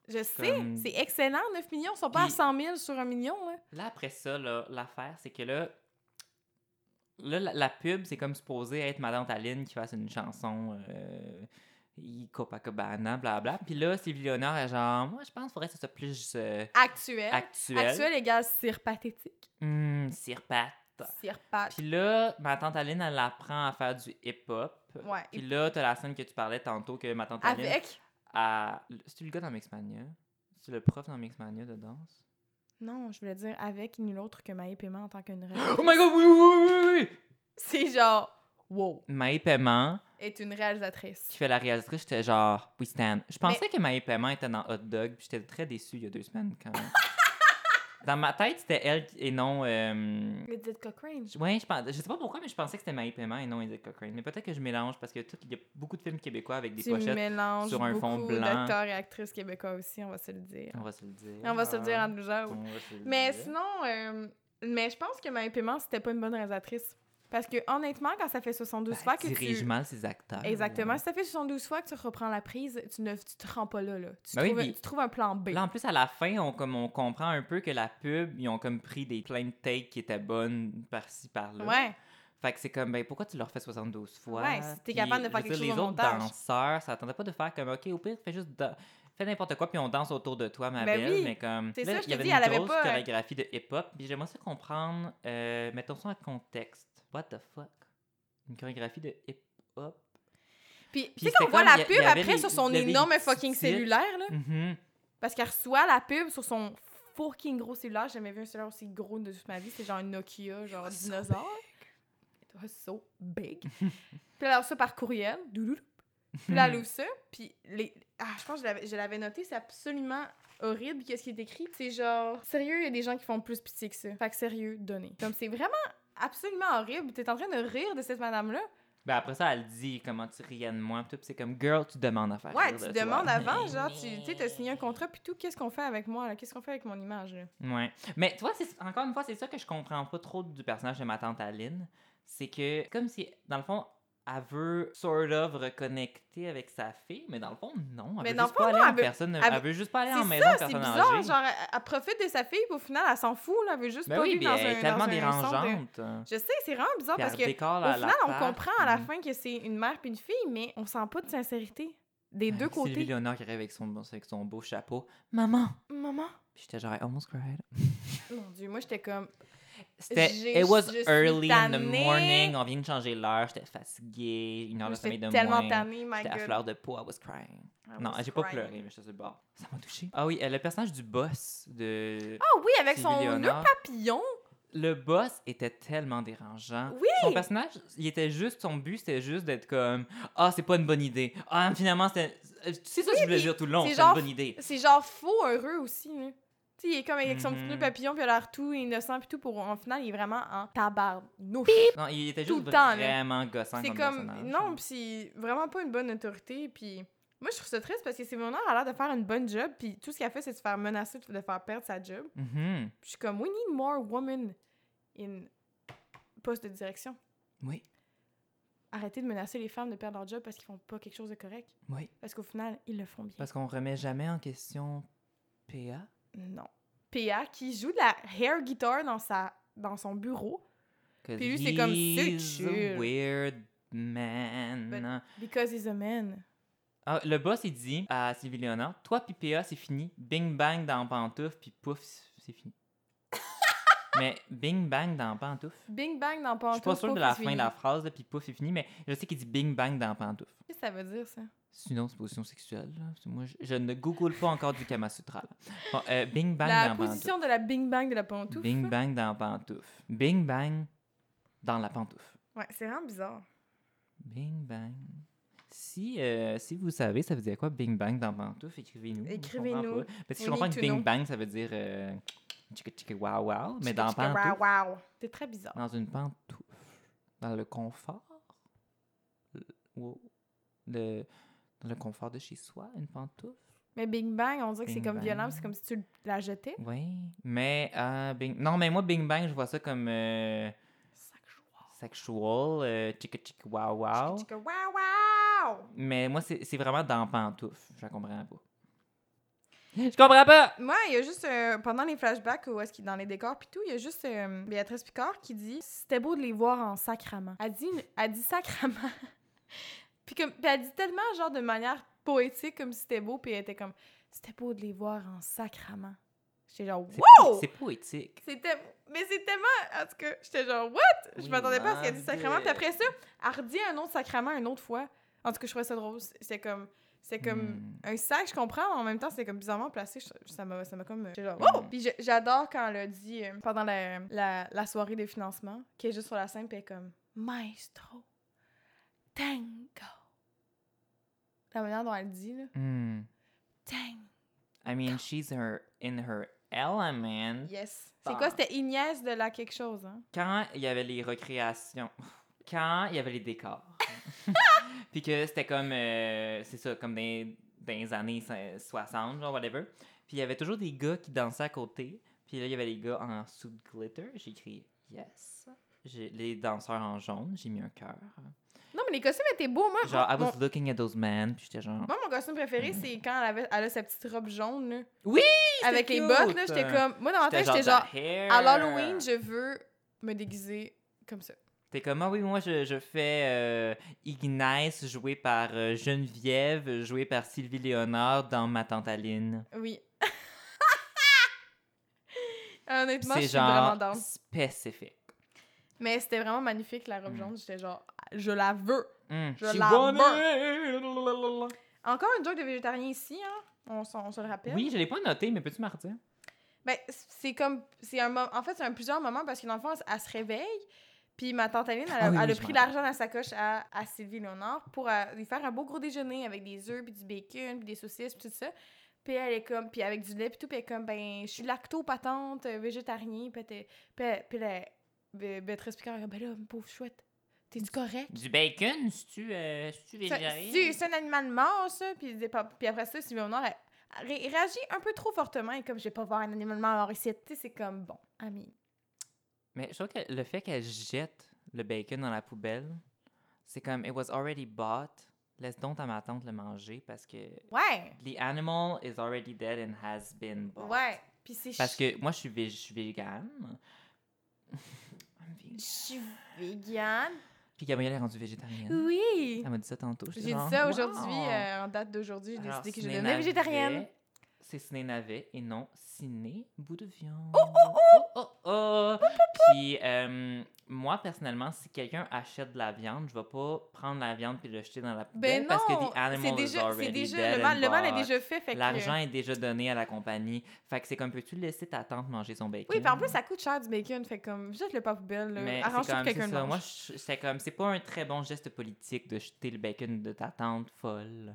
Je sais,
Comme-
c'est excellent, 9 millions. Ils sont pas à
Puis-
100 000 sur 1 million. Là.
Là, après ça, là, l'affaire, c'est que là, là la, la pub, c'est comme supposé être Madame Aline qui fasse une chanson euh, I Copacabana, blablabla. Puis là, Sylvie Léonard est genre, moi, je pense qu'il faudrait que ce soit plus euh,
Actuel.
actuel.
Actuel égale cire pathétique.
Hum, cirpat.
Cire pat-
Puis là, ma tante Aline, elle apprend à faire du hip-hop.
Ouais.
Puis là, t'as la scène que tu parlais tantôt que ma tante Aline.
Avec.
a- C'est-tu le gars dans Mixmania? C'est le prof dans Mixmania de danse?
Non, je voulais dire avec nul autre que Maï Paiement en tant qu'une reine.
Oh my god, oui, oui, oui, oui, oui!
C'est genre, wow.
Maï Paiement,
est une réalisatrice.
qui fait la réalisatrice, j'étais genre, oui, Stan. Je pensais que Maï Paiement était dans Hot Dog, puis j'étais très déçue il y a deux semaines quand même. dans ma tête, c'était elle qui- et non. euh,
Edith Cochrane.
je- Ouais, je, pense, je sais pas pourquoi, mais je pensais que c'était Maï Paiement et non Edith Cochrane. Mais peut-être que je mélange parce que tout- il y a beaucoup de films québécois avec des
Tu
pochettes.
mélanges
sur un fond
beaucoup
blanc.
d'acteurs et actrices québécois aussi, on va se le dire.
On va se le dire.
On va se le dire entre nous autres.
On va se le
Mais
dire.
sinon, euh, mais je pense que Maï Paiement, c'était pas une bonne réalisatrice. Parce que honnêtement, quand ça fait 72
Ben,
fois que
dirige
tu...
mal ses acteurs.
Exactement. Si ça fait 72 fois que tu reprends la prise, tu ne tu te rends pas là. là. Tu,
Ben oui,
trouves, un-
puis-
tu trouves un plan B.
Là, en plus, à la fin, on, comme, on comprend un peu que la pub, ils ont comme pris des plein de takes qui étaient bonnes par-ci, par-là.
Ouais.
Fait que c'est comme, ben pourquoi tu le refais 72 fois?
Ouais, si t'es
Puis,
capable de faire
je veux
quelque
dire,
chose au
Les autres
montage.
danseurs, ça attendait pas de faire comme, OK, au pire, fais juste... dan- Fais n'importe quoi, puis on danse autour de toi, ma
Ben
belle.
oui.
Mais comme.
C'est
là,
ça, je
il y
te
avait
dis,
une
elle avait
grosse
pas, euh,
chorégraphie de hip-hop. Puis j'aimerais ça comprendre. euh, mettons ça en contexte. What the fuck? Une chorégraphie de hip-hop.
Puis,
Puis
tu sais qu'on
c'était
voit
comme,
la
il y a-
pub
il y avait
après
les-
sur son
il y avait les
énorme
petits
fucking
titres.
cellulaire, là.
Mhm.
Parce qu'elle reçoit la pub sur son fucking gros cellulaire. J'ai jamais vu un cellulaire aussi gros de toute ma vie. C'est genre un Nokia, genre dinosaure. It was so big. puis elle a reçu ça par courriel. Doudou. Puis
Hmm.
là, elle ouvre ça. Puis les... ah, je pense que je l'avais- je l'avais noté. C'est absolument horrible. Qu'est-ce qui est écrit? C'est genre, sérieux, il y a des gens qui font plus pitié que ça. Fait que sérieux, donnez. Comme c'est vraiment absolument horrible. T'es en train de rire de cette madame-là.
Ben après ça, elle dit comment tu riais de moi. puis tout, puis c'est comme, girl, tu demandes à faire.
Ouais,
rire
tu
de toi.
demandes avant, genre, tu tu sais, t'as signé un contrat, puis tout, qu'est-ce qu'on fait avec moi, là? Qu'est-ce qu'on fait avec mon image, là?
Ouais. Mais toi, c'est encore une fois, c'est ça que je comprends pas trop du personnage de ma tante Aline. C'est que, comme si, dans le fond, elle veut sort of reconnecter avec sa fille, mais dans le fond, non. Elle
Mais
veut
dans le
juste
fond,
pas aller
non,
en
elle veut-
personne.
elle
Elle veut juste pas aller en
C'est
maison de
ça, c'est
personne
bizarre,
âgée.
genre, elle, elle profite de sa fille, puis au final, elle s'en fout, là, elle veut juste
Ben
pas
oui,
vivre
mais
dans un...
elle est tellement
dans un son de-
dérangeante. hein.
Je sais, c'est vraiment bizarre,
Puis
parce
elle
que
décore
au
la-
final, on
l'appart, Mm.
comprend à la
puis-
fin que c'est une mère puis une fille, mais on sent pas de sincérité. Des
Ah,
deux
puis Sylvie
côtés.
Léonard qui arrive avec son, avec son beau chapeau. Maman!
Maman!
Puis j'étais genre, I almost cried.
Mon Dieu, moi, j'étais comme... J'ai-
C'était, it was
je suis
early in the
tannée.
morning. On vient de changer l'heure. J'étais fatiguée. Une heure de sommeil de
J'étais
moins.
tellement tannée, my
J'étais à
God.
fleur de peau. I was crying.
I
Non,
was
j'ai pas
crying.
pleuré, mais j'étais sur le bord. Ça m'a touché. Ah oui, euh, le personnage du boss de.
Ah oui, avec
Sylvie
son nœud
Léonard.
papillon!
Le boss était tellement dérangeant.
Oui!
Son personnage, il était juste, son but, c'était juste d'être comme Ah, c'est pas une bonne idée. Ah, finalement, c'était. C'est ça que je voulais
puis
dire tout le long,
c'est
c'est
genre-
une bonne idée.
C'est genre faux heureux aussi, là. Tu sais, il est comme avec son petit
Mhm.
nœud papillon, puis il a l'air tout innocent, puis tout, pour en final, il est vraiment en tabarde.
Non, il était
Tout
juste
le temps, là.
vraiment gossant
C'est
comme,
comme.
personnage. hein.
Non, puis c'est vraiment pas une bonne autorité, puis. Moi, je trouve ça triste parce que c'est Simona a l'air de faire une bonne job, puis tout ce qu'elle fait, c'est de se faire menacer de faire perdre sa job.
Mhm.
Puis je suis comme, we need more women in poste de direction.
Oui,
Arrêtez de menacer les femmes de perdre leur job parce qu'ils font pas quelque chose de correct.
oui.
Parce qu'au final, ils le font bien.
Parce qu'on remet jamais en question PA.
Non. PA qui joue de la hair guitar dans, sa, dans son bureau.
'cause
Puis lui, c'est comme, c'est
he's a
chill.
weird man.
But- Because he's a man.
Ah, le boss, il dit à Sylvie Léonard Toi, puis PA, c'est fini. Bing bang dans pantouf, puis pouf, c'est fini. mais bing bang dans pantouf.
Bing bang dans
Je
Pantouf.
suis pas sûre
pouf,
de la
il se
fin de
finit.
la phrase, là, puis pouf, c'est fini, mais je sais qu'il dit bing bang dans pantouf.
Qu'est-ce que ça veut dire, ça?
C'est une autre position sexuelle. là. Parce que Moi, je, je ne google pas encore du Kama Sutra. là. Bon, euh, bing bang
la
dans
position de la bing bang de la pantouf.
pantouf. Bing bang dans pantouf. Bing bang dans la pantouf.
Ouais, c'est vraiment bizarre.
Bing bang. Si, euh, si vous savez, ça veut dire quoi, Bing Bang dans Pantouf, écrivez-nous. on
Écrivez-nous.
comprend pas. Parce que je
On
comprends
need
que
to
Bing
know.
Bang, ça veut dire euh, tchika tchika wow wow, mais
Chica,
dans
chica,
Pantouf,
Wow, wow. C'est très bizarre.
dans une pantoufle, dans le confort, le- wow, le- dans le confort de chez soi, une pantoufle.
Mais bing bang, on dirait que c'est
Bing
comme violent,
bang.
c'est comme si tu la jetais.
Oui, mais euh, Bing... Non, mais moi, Bing Bang, je vois ça comme euh, sexual, euh, tchika tchika wow wow.
Chica, chica, wow, wow!
Mais moi, c'est c'est vraiment dans pantouf. Je la comprends pas. Je comprends pas!
Moi, il y a juste, euh, pendant les flashbacks, où est-ce qu'il dans les décors puis tout, il y a juste euh, Béatrice Picard qui dit « C'était beau de les voir en sacrament. » Elle dit, elle dit « sacrament ». Puis comme, puis elle dit tellement, genre, de manière poétique, comme si c'était beau, puis elle était comme « C'était beau de les voir en sacrament. » J'étais genre
C'est
«
po-
Wow!
C'est poétique. »
C'était... Mais c'est tellement... En tout cas, j'étais genre « What? » Je
Oui,
m'attendais pas à ce qu'elle
my
dise « sacrament ». Puis
God.
après ça, elle redit un autre sacrament une autre fois. En tout cas, je trouvais ça drôle. C'était comme... C'est comme
Hmm.
un sac, je comprends, mais en même temps, c'était comme bizarrement placé. Je- ça m'a ça m'a comme. j'étais genre,
Mm.
oh! Puis je- j'adore quand elle a dit euh, pendant la, la, la soirée des financements, qui est juste sur la scène, puis elle est comme Maestro, tango. La manière dont elle dit, là.
Hmm.
Dang!
I mean, she's her in her element.
Yes. C'est
Bah.
quoi? C'était Ignace de la quelque chose, hein?
Quand il y avait les recréations, quand il y avait les décors, puis que c'était comme, euh, c'est ça, comme dans, dans les années cin- 60, genre whatever, puis il y avait toujours des gars qui dansaient à côté, puis là, il y avait les gars en soupe glitter, j'ai écrit « yes ». J'ai- Les danseurs en jaune, j'ai mis un cœur.
Non, mais les costumes étaient beaux. Moi,
Genre, I
mon,
was looking at those men, puis j'étais genre...
moi, mon costume préféré, c'est quand elle, avait, elle a sa petite robe jaune, là.
Mm-hmm. Oui,
Avec les
c'était
bottes,
cute.
là, j'étais comme... Moi, dans ma tête, j'étais
the
genre,
hair.
à l'Halloween, je veux me déguiser comme ça.
T'es comme, ah oui, moi, je, je fais euh, Ignace, joué par euh, Geneviève, joué par Sylvie Léonard dans Ma Tante Aline.
Oui. Honnêtement, je
C'est
suis vraiment
genre
down.
spécifique.
Mais c'était vraiment magnifique, la robe
Mm.
jaune. J'étais genre, je la veux.
Mm.
Je
She
la
won
burn.
it.
Encore une joke de végétarien ici, hein? On, s'en- on se le rappelle.
Oui, je l'ai pas noté, mais peux-tu m'en redire?
Ben, c'est comme. c'est un mo- En fait, c'est un plusieurs moments parce que dans le fond, elle, se réveille. Puis ma tante Aline, elle, a-
Ah oui,
elle
oui,
a
je
pris
m'en
l'argent dans sa coche à, à Sylvie Léonard pour euh, lui faire un beau gros déjeuner avec des œufs, puis du bacon, puis des saucisses, puis tout ça. Puis elle est comme. Puis avec du lait, puis tout. Puis elle est comme, ben, je suis lacto-patente, euh, végétarien. Puis elle était- puis elle- puis là, ben, Béatrice Picard, elle est comme, ben là, pauvre chouette, t'es-tu correct?
Du bacon, si tu euh, tu
Ça- C'est c'est un animal mort, ça. Puis, il dit pas- puis après ça, Sylvie Honor, elle, elle ré- réagit un peu trop fortement. Et comme, je vais pas voir un animal mort ici, tu sais, c'est comme, bon, ami.
Mais je trouve que le fait qu'elle jette le bacon dans la poubelle, c'est comme, it was already bought. Laisse donc à ma tante le manger parce que
Ouais,
the animal is already dead and has been bought.
ouais. Puis c'est
Parce
ch-
que moi, je suis, vég- je suis végane. I'm vegan.
Je suis vegan.
Puis Gabrielle est rendue végétarienne.
Oui!
Elle m'a dit ça tantôt. j'étais
J'ai dit
genre,
ça aujourd'hui,
wow.
euh, en date d'aujourd'hui, j'ai
Alors,
décidé que je
ciné
devenais
navet,
végétarienne.
C'est ciné navet et non ciné bout de viande. Oh oh oh! Puis euh, moi, personnellement, si quelqu'un achète de la viande, je vais pas prendre la viande puis le jeter dans la poubelle.
Ben non!
parce que the animal
C'est
is
déjà, c'est
already
déjà,
dead
le mal,
and
le mal est
bought.
déjà fait. fait que-
L'argent est déjà donné à la compagnie. Fait que c'est comme, peux-tu laisser ta tante manger son bacon?
Oui, puis en plus, ça coûte cher du bacon. Fait comme, jette le pas à poubelle. là.
Mais c'est
Arrange-toi
comme,
pour
c'est
quelqu'un de
ça. Moi,
mange.
je- c'est comme, c'est pas un très bon geste politique de jeter le bacon de ta tante folle.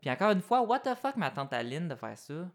Puis encore une fois, what the fuck ma tante Aline de faire ça? En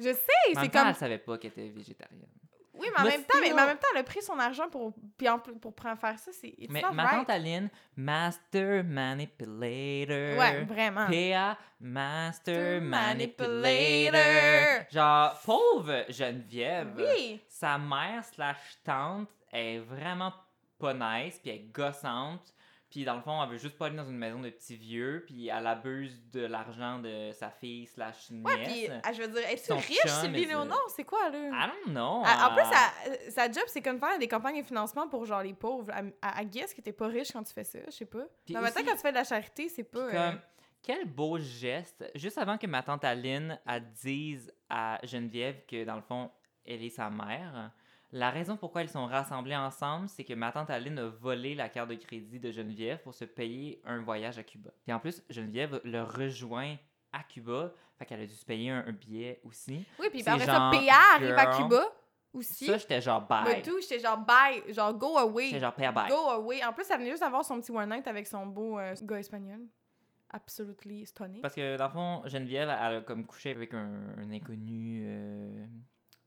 Je sais,
même
c'est
temps,
comme.
elle savait pas qu'elle était végétarienne.
Oui, mais en
Mais
même temps, mais,
sinon-
mais en même temps, elle a pris son argent pour puis en plus- pour prendre faire ça, c'est it's
Mais
not
ma
right.
tante Aline, master manipulator.
Ouais, vraiment.
PA, master
Master
manipulator.
manipulator.
Genre, pauvre Geneviève.
Oui.
Sa mère slash tante est vraiment pas nice, puis elle est gossante. Puis dans le fond, elle veut juste pas aller dans une maison de petits vieux, puis elle abuse de l'argent de sa fille slash nièce.
Ouais, puis ah, je veux dire, es-tu
Son
riche,
chum,
Sylvie
mais, euh,
Léonard, c'est quoi là
I don't know.
Ah, En plus,
euh,
sa- sa job, c'est comme faire des campagnes de financement pour genre les pauvres. À, à, à guess que t'es pas riche quand tu fais ça, je sais pas.
Puis
Mais en même temps,
aussi-
quand tu fais de la charité, c'est pas. euh,
Comme, quel beau geste. Juste avant que ma tante Aline elle dise à Geneviève que, dans le fond, elle est sa mère, la raison pourquoi ils sont rassemblés ensemble, c'est que ma tante Aline a volé la carte de crédit de Geneviève pour se payer un voyage à Cuba. Puis en plus, Geneviève le rejoint à Cuba, fait qu'elle a dû se payer un, un billet aussi.
Oui, puis
c'est
après ça,
genre,
PA arrive à
girl,
Cuba aussi.
Ça, j'étais genre
Mais
bye.
tout, j'étais genre bye, genre go away.
J'étais genre père bye.
Go away. En plus, elle venait juste d'avoir son petit one night avec son beau euh, gars espagnol. Absolutely stunning.
Parce que dans le fond, Geneviève, elle a comme couché avec un, un inconnu, euh,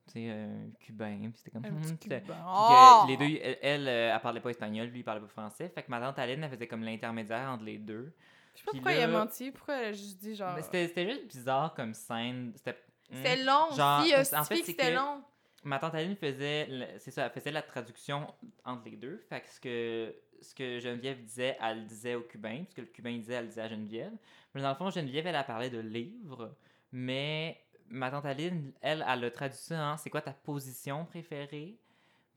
tu sais, euh, cubain. Puis c'était comme.
Un petit
Hum, c'était-
Cubain.
Puis
Oh!
que les deux, elle, elle, euh, elle parlait pas espagnol, lui, il parlait pas français. Fait que ma tante Aline, elle faisait comme l'intermédiaire entre les deux.
Je sais pas
Puis
pourquoi il a
là-
menti, pourquoi elle a juste dit genre.
Mais C'était c'était juste bizarre comme scène. C'était. hmm.
C'était long,
Genre,
si,
en
euh,
fait,
si, que
c'est
c'était
que-
long.
Ma tante Aline faisait, le- c'est ça, elle faisait la traduction entre les deux. Fait que ce que, ce que Geneviève disait, elle le disait au Cubain. Ce que le Cubain disait, elle le disait à Geneviève. Mais dans le fond, Geneviève, elle a parlé de livres. Mais ma tante Aline, elle, elle a traduit ça en c'est quoi ta position préférée?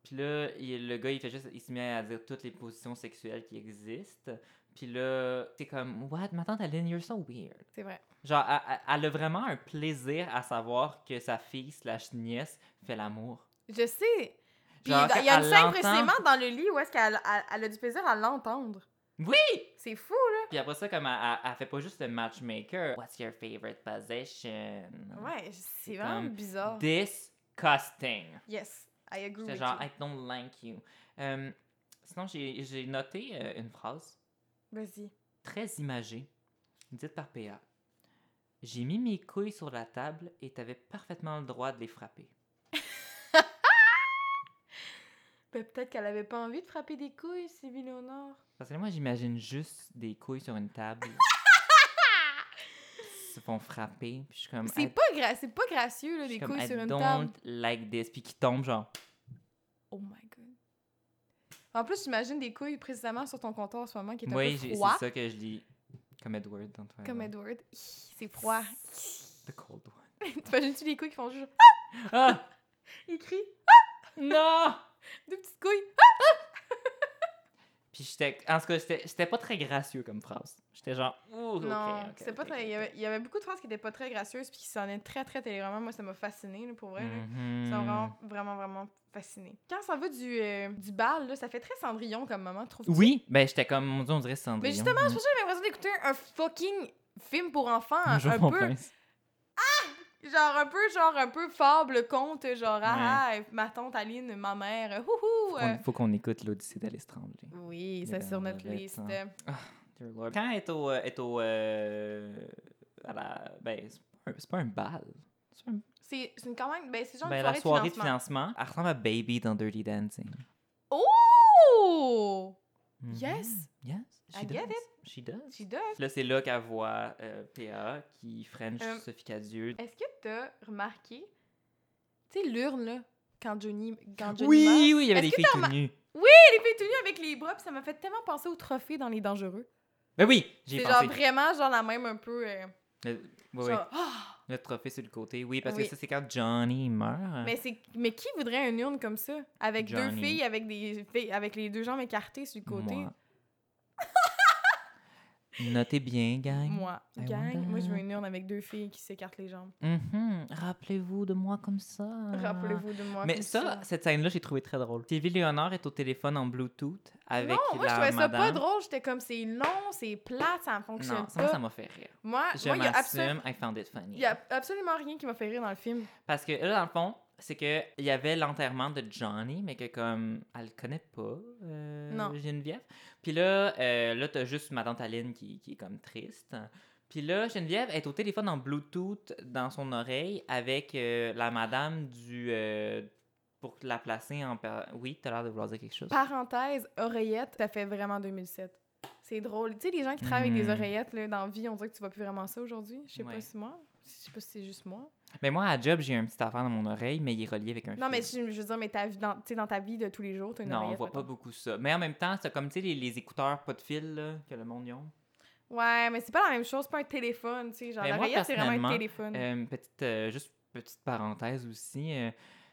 Puis là, il- le gars, il fait juste, il se met à dire toutes les positions sexuelles qui existent. Puis là, t'es comme, what? Ma tante Aline, you're so weird.
C'est vrai.
Genre, elle- elle- elle a vraiment un plaisir à savoir que sa fille slash nièce fait l'amour.
Je sais. Puis
Genre,
il y a
elle
une scène
l'entend.
précisément dans le lit où est-ce qu'elle elle- elle a du plaisir à l'entendre.
Oui!
C'est fou, là.
Puis après ça, comme elle, elle- elle fait pas juste le matchmaker. What's your favorite position?
Ouais, oh. c'est vraiment
comme
bizarre.
Disgusting.
Yes, I agree
J'étais
with
genre,
you.
I don't like you. Euh, sinon, j'ai j'ai noté euh, une phrase
Vas-y.
très imagée Dite par PA. J'ai mis mes couilles sur la table et t'avais parfaitement le droit de les frapper.
Ben, peut-être qu'elle avait pas envie de frapper des couilles, Sylvie Léonard.
Parce que moi, j'imagine juste des couilles sur une table. qui se font frapper. Puis je suis comme.
C'est
I-
pas, gra- c'est pas gracieux, là,
je suis
des
comme,
couilles
I
sur une
don't
table.
like this. Puis qui tombe, genre.
Oh my god. En plus, j'imagine des couilles précisément sur ton comptoir en ce moment qui est un
Oui,
peu
j'ai-
froid,
c'est ça que je dis. Comme Edward dans Twilight.
comme Edward. Hi, C'est froid.
The cold one.
T'imagines-tu les couilles qui font juste...
Ah!
Ils crient.
Non!
Deux petites couilles.
Puis j'étais. En tout cas, j'étais j'étais pas très gracieux comme phrase. J'étais genre. Ouh, ok,
non,
ok,
c'est
ok,
pas
ok,
très... Il, y avait,
ok.
il y avait beaucoup de phrases qui étaient pas très gracieuses puis qui sonnaient très, très téléroman. Moi, ça m'a fascinée, là, pour vrai. là.
Mhm.
Ils sont vraiment, vraiment, vraiment fascinés. Quand ça va du, euh, du bal, là, ça fait très cendrillon comme moment, trouve
Oui, ben j'étais comme. Mon dieu, on dirait Cendrillon. Mm.
Mais justement, c'est pour ça que j'avais l'impression d'écouter un fucking film pour enfants, un,
Bonjour,
un
mon
peu...
prince.
Genre un peu, genre un peu fable, conte, genre ah, ah, ma tante Aline, ma mère, houhou! euh.
Il faut qu'on écoute l'Odyssée d'Alice Tremblay.
Oui,
Les
c'est sur notre
Bernadette,
liste.
hein. Dear Lord. Quand elle est au. euh, Est au euh, à la, ben, c'est pas un- c'est pas un bal. C'est un-
C'est c'est une quand même, ben c'est genre
ben,
une
la soirée de
de financement.
financement. Elle ressemble à Baby dans Dirty Dancing.
Oh!
Mhm.
Yes!
Yes. She
I get
does. She does.
She does.
Là, c'est là qu'elle voit euh, PA qui French
Euh,
Sophie Cadieux.
Est-ce que t'as remarqué, tu sais l'urne là, quand Johnny, quand Johnny
Oui,
meurt,
oui, il y avait des
Est-ce que
filles
t'as
tout nues.
elle est fait tout nu avec les bras, puis ça m'a fait tellement penser au trophée dans Les Dangereux.
Ben oui, j'ai
C'est
pensé.
genre vraiment genre la même un peu. euh,
Le, oui, oui,
genre, Ah!
le trophée sur le côté. Oui, parce
Oui.
que ça, c'est quand Johnny meurt.
Mais c'est mais qui voudrait une urne comme ça avec deux
Ah. Johnny.
filles avec des filles- avec les deux jambes écartées sur le côté
Moi. Notez bien, gang.
Moi,
I
gang,
want
moi je veux
that.
une urne avec deux filles qui s'écartent les jambes.
Mhm. Rappelez-vous de moi comme ça.
Rappelez-vous de moi.
Ah. Mais
comme
ça, cette scène-là, j'ai trouvé très drôle. Sylvie Léonard est au téléphone en Bluetooth avec
non, moi je
la
trouvais ça pas
madame.
drôle, j'étais comme c'est long, c'est plat, ça ne fonctionne
Non, ça, moi,
pas.
ça m'a fait rire.
Moi,
Je
moi il y a, absolu-
m'assume, I found it funny.
il y a absolument rien qui m'a fait rire dans le film.
Parce que là, dans le fond, c'est que il y avait l'enterrement de Johnny, mais que comme elle le connaît pas, euh,
Non.
Geneviève. Puis là, euh, là t'as juste ma tante Aline qui, qui est comme triste. Puis là, Geneviève est au téléphone en Bluetooth dans son oreille avec euh, la madame du euh, pour la placer en per- oui, t'as l'air de vouloir dire quelque chose.
Parenthèse, oreillette, ça fait vraiment 2007. C'est drôle. Tu sais, les gens qui travaillent avec
Mhm.
des oreillettes là, dans la vie, on dirait que tu vois plus vraiment ça aujourd'hui. Je sais
Ouais.
pas si moi. Je sais pas si c'est juste moi.
Mais moi à job, j'ai un petit affaire dans mon oreille, mais il est relié avec un
Non,
fil.
mais je je veux dire, mais ta vie, dans, tu sais, dans ta vie de tous les jours, t'as une
non, on
oreillette.
voit pas
mettons.
beaucoup ça. Mais en même temps, c'est comme tu sais les, les écouteurs pas de fil là, que le monde y a.
Ouais, mais c'est pas la même chose, c'est pas un téléphone, tu sais. Genre,
Mais moi,
l'oreillette, c'est vraiment
personnellement,
un téléphone.
Euh, petite, euh, juste petite parenthèse aussi. euh,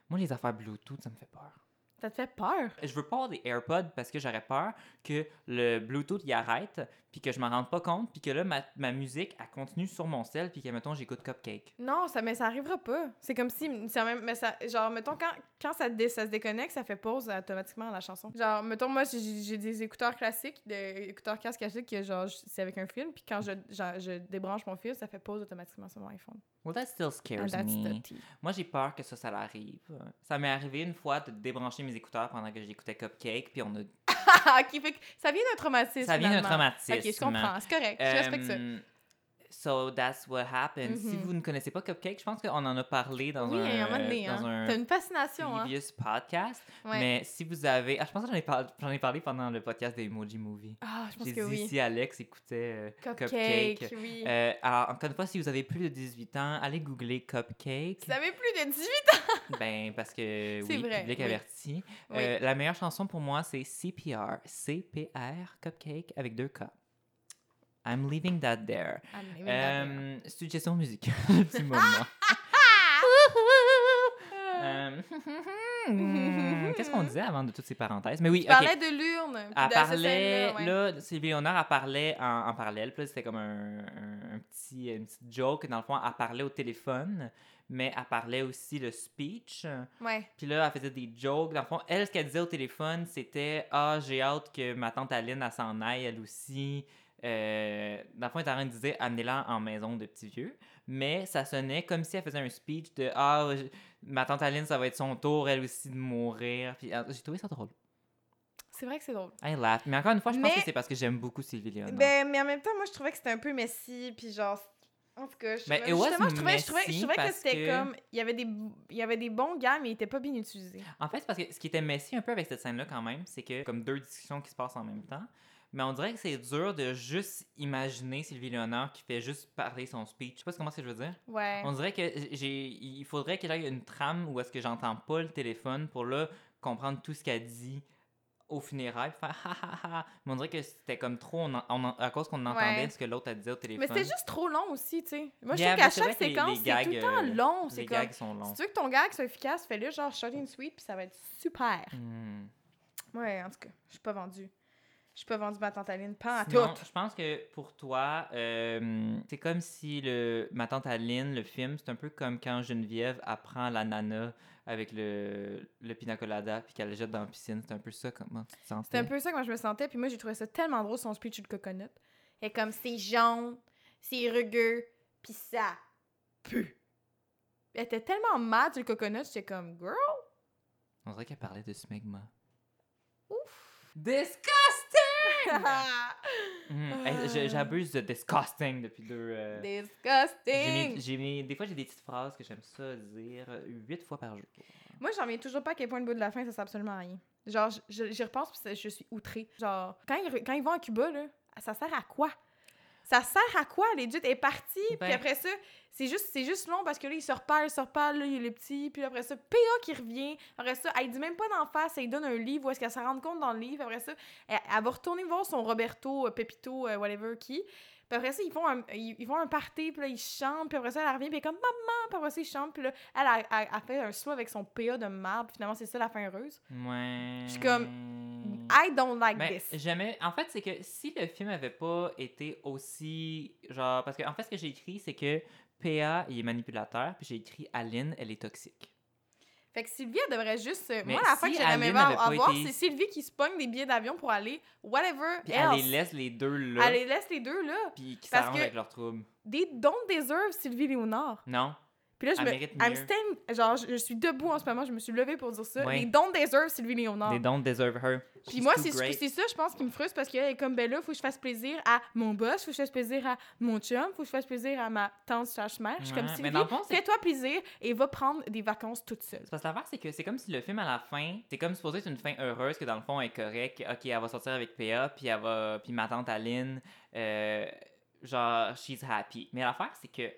moi, les affaires Bluetooth, ça me fait peur.
Ça te fait peur?
Je veux pas avoir des AirPods parce que j'aurais peur que le Bluetooth y arrête, puis que je m'en rende pas compte, puis que là, ma, ma musique, elle continue sur mon sel, puis que, mettons, j'écoute Cupcake.
Non, ça, mais ça arrivera pas. C'est comme si, ça même, mais ça, genre, mettons, quand, quand ça, dé- ça se déconnecte, ça fait pause automatiquement à la chanson. Genre, mettons, moi, j'ai- j'ai j'ai des écouteurs classiques, des écouteurs casques classiques que, genre, je- c'est avec un film, puis quand je, genre, je débranche mon fil, ça fait pause automatiquement sur mon iPhone.
Well, that still
And
scares
Ah, that's
me.
the tea.
Moi, j'ai peur que ça, ça l'arrive. Ça m'est arrivé une fois de débrancher mes écouteurs pendant que j'écoutais Cupcake, puis on a...
Ah, ok, fait que ça vient d'un traumatisme.
ça vient d'un
finalement.
traumatisme. hein.
Ok, je comprends, c'est correct, je respecte ça.
Euh, So that's what happened. Si
Mhm.
vous ne connaissez pas Cupcake, je pense qu'on en a parlé dans
Oui,
un,
à un moment donné,
dans
hein.
un
T'as une fascination, hein.
previous podcast.
Ouais.
Mais si vous avez. Ah, je pense que j'en ai, par- j'en ai parlé pendant le podcast des Emoji Movie.
Ah, je pense
J'ai
que
dit
oui.
si Alex écoutait euh,
Cupcake,
Cupcake.
oui.
Euh, alors, encore une fois, si vous avez plus de 18 ans, allez googler Cupcake.
Vous avez plus de 18
Ben, parce que
C'est
oui,
vrai,
public
oui.
averti.
Oui.
Euh, la meilleure chanson pour moi, c'est CPR. CPR, Cupcake, avec deux K. I'm leaving that there.
Ah, mais oui, d'accord.
Euh, suggestion musicale du moment.
Ah!
Euh, Qu'est-ce qu'on disait avant de toutes ces parenthèses? Mais oui,
Tu
ok.
parlais de l'urne. puis
Elle
de
parlait,
cette scène-là, ouais.
là, Sylvie Léonard, elle parlait en, en parallèle. Puis là, c'était comme un, un- un petit, une petite joke. Dans le fond, elle parlait au téléphone, mais elle parlait aussi le speech.
Ouais.
Puis là, elle faisait des jokes. Dans le fond, elle, ce qu'elle disait au téléphone, c'était Ah, j'ai hâte que ma tante Aline, elle s'en aille, elle aussi. Euh, dans le fond, elle était en train de dire Amenez-la en maison de petit vieux. Mais ça sonnait comme si elle faisait un speech de Ah, je- ma tante Aline, ça va être son tour, elle aussi, de mourir. Puis euh, j'ai trouvé ça drôle.
C'est vrai que c'est drôle.
I laugh. Mais encore une fois, je pense
Mais-
que c'est parce que j'aime beaucoup Sylvie Léonard.
Ben, mais en même temps, moi, je trouvais que c'était un peu messy, puis genre... En tout cas, je
Ben,
trouvais,
it was
justement, je trouvais, je trouvais,
messy
je trouvais que
parce
c'était
que-
comme... Il y, avait des, il y avait des bons gars, mais ils étaient pas bien utilisés.
En fait, c'est parce que ce qui était messy un peu avec cette scène-là, quand même, c'est que comme deux discussions qui se passent en même temps. Mais on dirait que c'est dur de juste imaginer Sylvie Léonard qui fait juste parler son speech. Je sais pas comment que je veux dire.
Ouais.
On dirait que j'ai, il faudrait que j'aille une trame où est-ce que j'entends pas le téléphone pour là comprendre tout ce qu'elle dit au funérail. Faire ha ha ha. Mais on dirait que c'était comme trop on en- on en- à cause qu'on entendait
Ouais.
ce que l'autre a dit au téléphone.
Mais c'était juste trop long aussi, tu sais. Moi, je
Yeah,
trouve qu'à
mais c'est vrai
chaque
que les-
séquence,
les
c'est tout le
gags,
temps
euh,
long. C'est
les
comme,
gags sont longs.
si tu veux que ton gag soit efficace, fais-le genre short and sweet, puis ça va être super.
Hmm.
Ouais, en tout cas, je suis pas vendue. Je suis pas vendue ma tante Aline, pas à
Sinon,
toute.
je pense que pour toi, euh, c'est comme si le ma tante Aline, le film, c'est un peu comme quand Geneviève apprend la nana avec le, le pina colada puis qu'elle le jette dans la piscine. C'est un peu ça comment tu te sens.
C'était un peu ça que moi, je me sentais, puis moi, j'ai trouvé ça tellement drôle, son speech de coconut.
Et comme c'est jaune, c'est rugueux, pis ça.
Elle était tellement mad sur le coconut, j'étais comme, girl.
On dirait qu'elle parlait de smegma.
Ah.
Ouf.
Disgusting! Mhm. Hey, je- J'abuse de disgusting depuis deux. euh, j'ai mis-
Disgusting!
j'ai mis- des fois, j'ai des petites phrases que j'aime ça dire euh, huit fois par jour.
Moi, j'en reviens toujours pas à quel point le bout de la fin, ça sert absolument à rien. Genre, je- je- j'y repense, puis c'est- je suis outrée. Genre, quand ils, re- quand ils vont à Cuba, là, ça sert à quoi? Ça sert à quoi? Les est partie,
Ben.
puis après ça, c'est juste, c'est juste long parce que là, il se repart, il se repart, là, il est le petit, puis après ça, PA qui revient. Après ça, elle dit même pas d'en face, elle lui donne un livre, où est-ce qu'elle se rend compte dans le livre? Après ça, elle, elle va retourner voir son Roberto, euh, Pepito, euh, whatever qui. Puis après ça, ils font un, ils, ils font un party, puis là, ils chantent, puis après ça, elle revient, puis elle est comme maman, puis après ça, ils chantent, puis là, elle a, a- a fait un saut avec son PA de marbre, puis finalement, c'est ça la fin heureuse.
Ouais.
Je suis comme, I don't like
Mm. Mais
this.
jamais. En fait, c'est que si le film avait pas été aussi genre parce que en fait ce que j'ai écrit c'est que PA il est manipulateur puis j'ai écrit Aline elle est toxique.
Fait que Sylvie, elle devrait juste. euh,
Mais
moi, la fois
si
que j'aurais aimé
Aline avait pas
avoir,
été-
c'est Sylvie qui se pogne des billets d'avion pour aller whatever
Puis
else.
elle les laisse les deux là
Elle les laisse les deux, là.
puis qui
parce
s'arrangent
que-
avec leurs troubles.
They don't deserve Sylvie Léonard.
Non.
Puis là, je
Elle
me.
mérite
I'm
mieux.
stand- Genre, je, je suis debout en ce moment, je me suis levée pour dire ça.
Ouais.
They don't deserve Sylvie Léonard.
They don't deserve her.
Puis
She's
moi,
too
c'est
great.
c'est ça, je pense, qui me frustre parce qu'elle est comme, ben là, faut que je fasse plaisir à mon boss, faut que je fasse plaisir à mon chum, faut que je fasse plaisir à ma tante slash mère. Je suis comme,
Ouais, mais
Sylvie,
dans le fond, c'est-
fais-toi plaisir et va prendre des vacances toute seule.
C'est parce que l'affaire, c'est que c'est comme si le film à la fin, c'est comme supposé être une fin heureuse, que dans le fond, elle est correcte. Ok, elle va sortir avec PA, puis elle va. Puis ma tante Aline, euh, genre, she's happy. Mais l'affaire, c'est que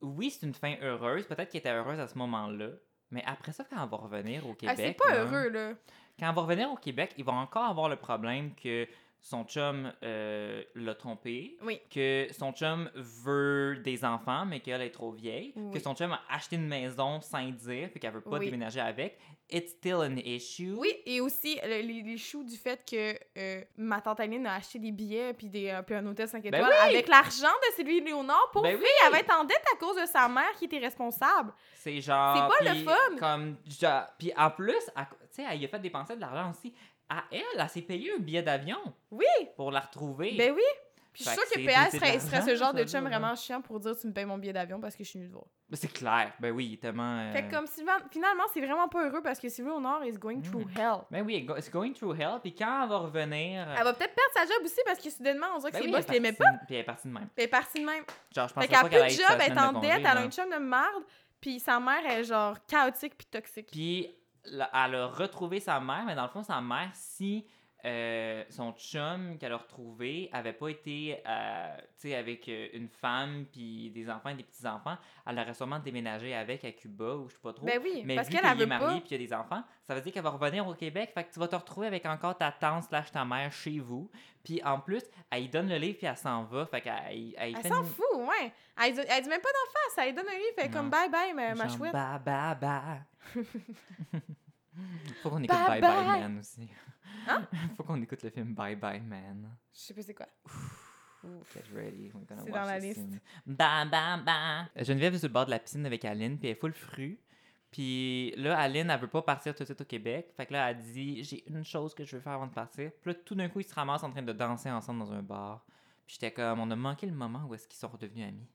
oui, c'est une fin heureuse. Peut-être qu'elle était heureuse à ce moment-là. Mais après ça, quand elle va revenir au
Ah,
Québec.
c'est pas
là,
heureux, là.
Quand elle va revenir au Québec, ils vont encore avoir le problème que son chum euh, l'a trompée.
Oui.
Que son chum veut des enfants, mais qu'elle est trop vieille. Que
Oui.
son chum a acheté une maison sans dire, puis qu'elle veut pas
Oui.
déménager avec. It's still an issue.
Oui, et aussi le- les, les choux du fait que euh, ma tante Aline a acheté des billets puis, des, euh, puis un hôtel 5 étoiles
Ben oui!
avec l'argent de Sylvie Léonard pour
Ben
fille.
oui!
Elle va être en dette à cause de sa mère qui était responsable.
C'est genre.
C'est pas le
puis
fun!
Comme, genre- puis en plus, à- tu sais, elle y a fait dépenser de l'argent aussi. À elle, elle s'est payée un billet d'avion.
Oui!
Pour la retrouver.
Ben oui! Puis je
Fait
suis sûre
que
que
c'est
PA
douter de
serait, serait ce
l'argent,
genre
ça,
de chum
là,
vraiment chiant pour dire tu me payes mon billet d'avion parce que je suis venue te voir.
Mais c'est clair. Ben oui, il est tellement. euh,
Fait que comme Sylvain- finalement, c'est vraiment pas heureux parce que Sylvie Léonard is going through hell.
Ben oui, go- it's going through hell. Puis quand elle va revenir.
Elle va peut-être perdre sa job aussi parce que soudainement, on dirait que
Ben oui,
ses
elle est
boss l'aimaient
partie
pas.
de- Puis elle est partie de même.
Elle est partie de même.
Genre, je pensais
Fait qu'elle
pas
a
qu'elle
plus
allait
de
être
job,
sa
elle est
semaine de
en
congé,
dette, elle
là.
a une chum de merde, puis sa mère est genre chaotique puis toxique.
Puis la- elle a retrouvé sa mère, mais dans le fond, sa mère, si euh, son chum qu'elle a retrouvé avait pas été euh, tu sais, avec euh, une femme, puis des enfants et des petits-enfants, elle aurait sûrement déménagé avec à Cuba ou je sais pas trop.
Ben oui,
mais
parce
vu
qu'elle elle
qu'il est
veut
marié
pas.
puis il y a des enfants, ça veut dire qu'elle va revenir au Québec. Fait que tu vas te retrouver avec encore ta tante slash ta mère chez vous. Puis en plus, elle lui donne le livre puis elle s'en va. Fait qu'elle elle- elle
Elle
fait
s'en
une-
fout, ouais. Elle, dit- elle dit même pas d'en face, elle lui donne un livre, elle est
Non.
comme bye bye, ma, ma
Genre,
chouette.
Bye
bah,
bye bye. Faut qu'on écoute bye,
Bye,
bye
bye.
Man aussi.
Hein?
Faut qu'on écoute le film Bye Bye Man.
Je sais pas c'est quoi.
Get ready, we're gonna
C'est
watch
dans la
this
liste.
soon. Bye bye bye. Euh, Geneviève est sur le bord de la piscine avec Aline, puis elle est full fru. Puis là, Aline, elle veut pas partir tout de suite au Québec. Fait que là, elle dit J'ai une chose que je veux faire avant de partir. Puis là, tout d'un coup, ils se ramassent en train de danser ensemble dans un bar. Puis j'étais comme On a manqué le moment où est-ce qu'ils sont redevenus amis.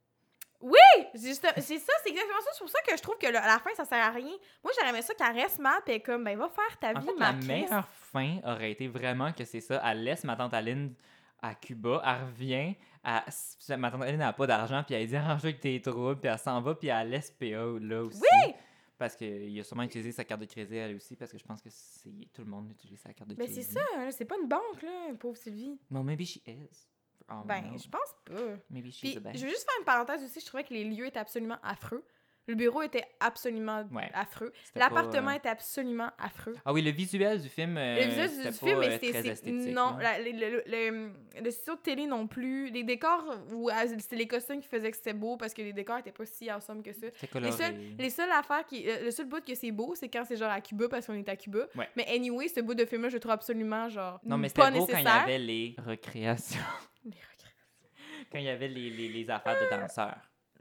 C'est juste- c'est ça, c'est exactement ça. C'est pour ça que je trouve que le- à la fin, ça sert à rien. Moi, j'aurais aimé ça qu'elle reste mal, puis elle est comme, ben, va faire ta
En
vie,
fait,
ma
la
Chris.
meilleure fin aurait été vraiment que c'est ça. Elle laisse ma tante Aline à Cuba, elle revient, elle- si ma tante Aline n'a pas d'argent, puis elle dit arrange avec tes troubles, puis elle s'en va, puis elle laisse PA là aussi. Oui! Parce qu'il a sûrement utilisé sa carte de crédit elle aussi, parce que je pense que c'est tout le monde utilise sa carte de
Mais
crédit.
c'est ça, hein, c'est pas une banque, là, pauvre Sylvie.
Well, maybe she is. Oh,
Ben,
no.
je pense pas.
Maybe she's
Puis,
a bank.
je veux juste faire une parenthèse aussi. Je trouvais que les lieux étaient absolument affreux. Le bureau était absolument
Ouais.
affreux.
C'était pas,
L'appartement
euh,
était absolument affreux.
Ah oui, le visuel du film.
le
euh,
visuel
c'était
du, du
pas,
film,
euh,
mais
très
c'était. c'est-
esthétique,
Non, la- le, le- le- le studio de télé non plus. Les décors, où ah, c'était les costumes qui faisaient que c'était beau parce que les décors étaient pas si awesome que ça.
C'était
Les
coloré.
seules, les seules affaires qui. euh, Le seul bout que c'est beau, c'est quand c'est genre à Cuba parce qu'on est à Cuba.
Ouais.
Mais anyway, ce bout de film-là, je le trouve absolument genre.
Non, mais
pas
c'était beau quand il y
nécessaire.
avait les recréations.
Les regrets.
quand il y avait les, les, les affaires de danseurs.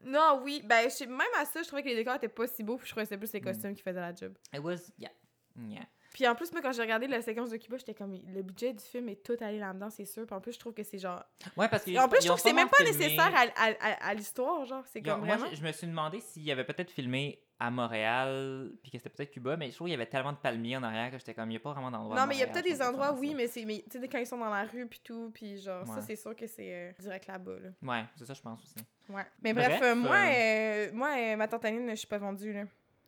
Non, oui. Ben, je sais- même à ça, je trouvais que les décors étaient pas si beaux. puis Je trouvais que c'était plus les
Mm.
costumes qui faisaient la job.
It was. Yeah. Yeah.
Puis en plus, moi, quand j'ai regardé la séquence de Cuba, j'étais comme, le budget du film est tout allé là-dedans, c'est sûr. Puis en plus, je trouve que c'est genre.
Ouais, parce que.
En plus, je trouve que c'est même pas nécessaire à, à- à- à l'histoire, genre. C'est comme
moi,
vraiment.
je, je me suis demandé s'il avait peut-être filmé à Montréal, puis que c'était peut-être Cuba, mais je trouve qu'il y avait tellement de palmiers en arrière que j'étais comme, il n'y a pas vraiment d'endroit. à
Non, mais il y a
Montréal,
peut-être des
je pense
endroits,
vraiment
oui,
ça.
mais c'est. Mais tu sais, quand ils sont dans la rue, puis tout, puis genre, ça,
Ouais.
c'est sûr que c'est euh, direct là-bas, là.
Ouais, c'est ça, je pense aussi.
Ouais. Mais bref,
Bref,
euh, moi,
euh,
euh, moi euh, ma tante Aline, je suis pas vendue, là.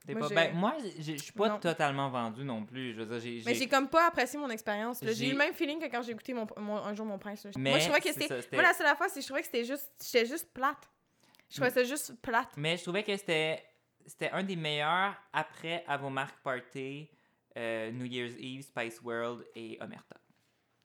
T'es
Moi,
pas-
j'ai-
Ben, moi, j'ai- je suis pas
Non.
totalement vendu non plus. Je veux dire, j'ai.
Mais j'ai comme pas apprécié mon expérience. là. J'ai eu
J'ai-
le même feeling que quand j'ai écouté mon, mon- un jour mon prince. là.
Mais
moi, je trouvais que
c'est ça,
c'était.
c'était-
Moi, la seule affaire, c'est que je trouvais que c'était juste. J'étais juste plate. Je trouvais
Mm.
ça juste plate.
Mais je trouvais que c'était c'était un des meilleurs après À vos marques Party, euh, New Year's Eve, Spice World et Omerta.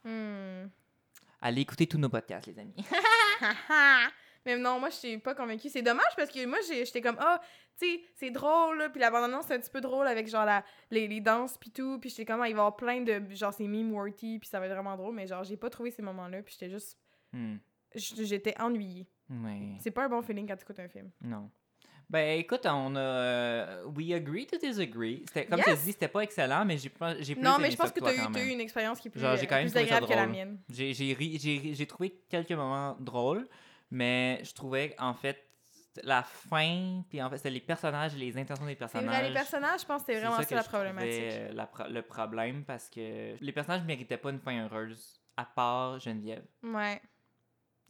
Hmm.
Allez écouter tous nos podcasts, les amis.
Mais non, moi, je suis pas convaincue. C'est dommage parce que moi, j'ai- j'étais comme, ah, tu sais, c'est drôle, là. Puis la bande-annonce, c'est un petit peu drôle avec, genre, la, les, les danses, puis tout. Puis j'étais comme, ah, il va y avoir plein de. Genre, c'est meme worthy, puis ça va être vraiment drôle. Mais genre, j'ai pas trouvé ces moments-là, puis j'étais juste.
Hmm.
j- J'étais ennuyée.
Ouais.
C'est pas un bon feeling quand tu écoutes un film.
Non. Ben écoute, on a euh, we agree to disagree. C'était comme je te dis, c'était pas excellent, mais j'ai pas- j'ai plus
Non,
aimé
mais je
ça
pense que
toi
t'as eu,
quand
t'as eu
même.
une expérience qui est plus, euh,
Genre, j'ai quand même
plus
trouvé ça
agréable que la
drôle.
mienne.
J'ai j'ai ri- j'ai ri- j'ai trouvé quelques moments drôles, mais je trouvais en fait la fin, puis en fait c'était les personnages, et les intentions des
C'est
personnages.
vrai, les personnages, je pense que c'est vraiment
ça
ça,
que
la
je trouvais,
problématique.
euh, la pro- le problème parce que les personnages méritaient pas une fin heureuse, à part Geneviève,
Ouais.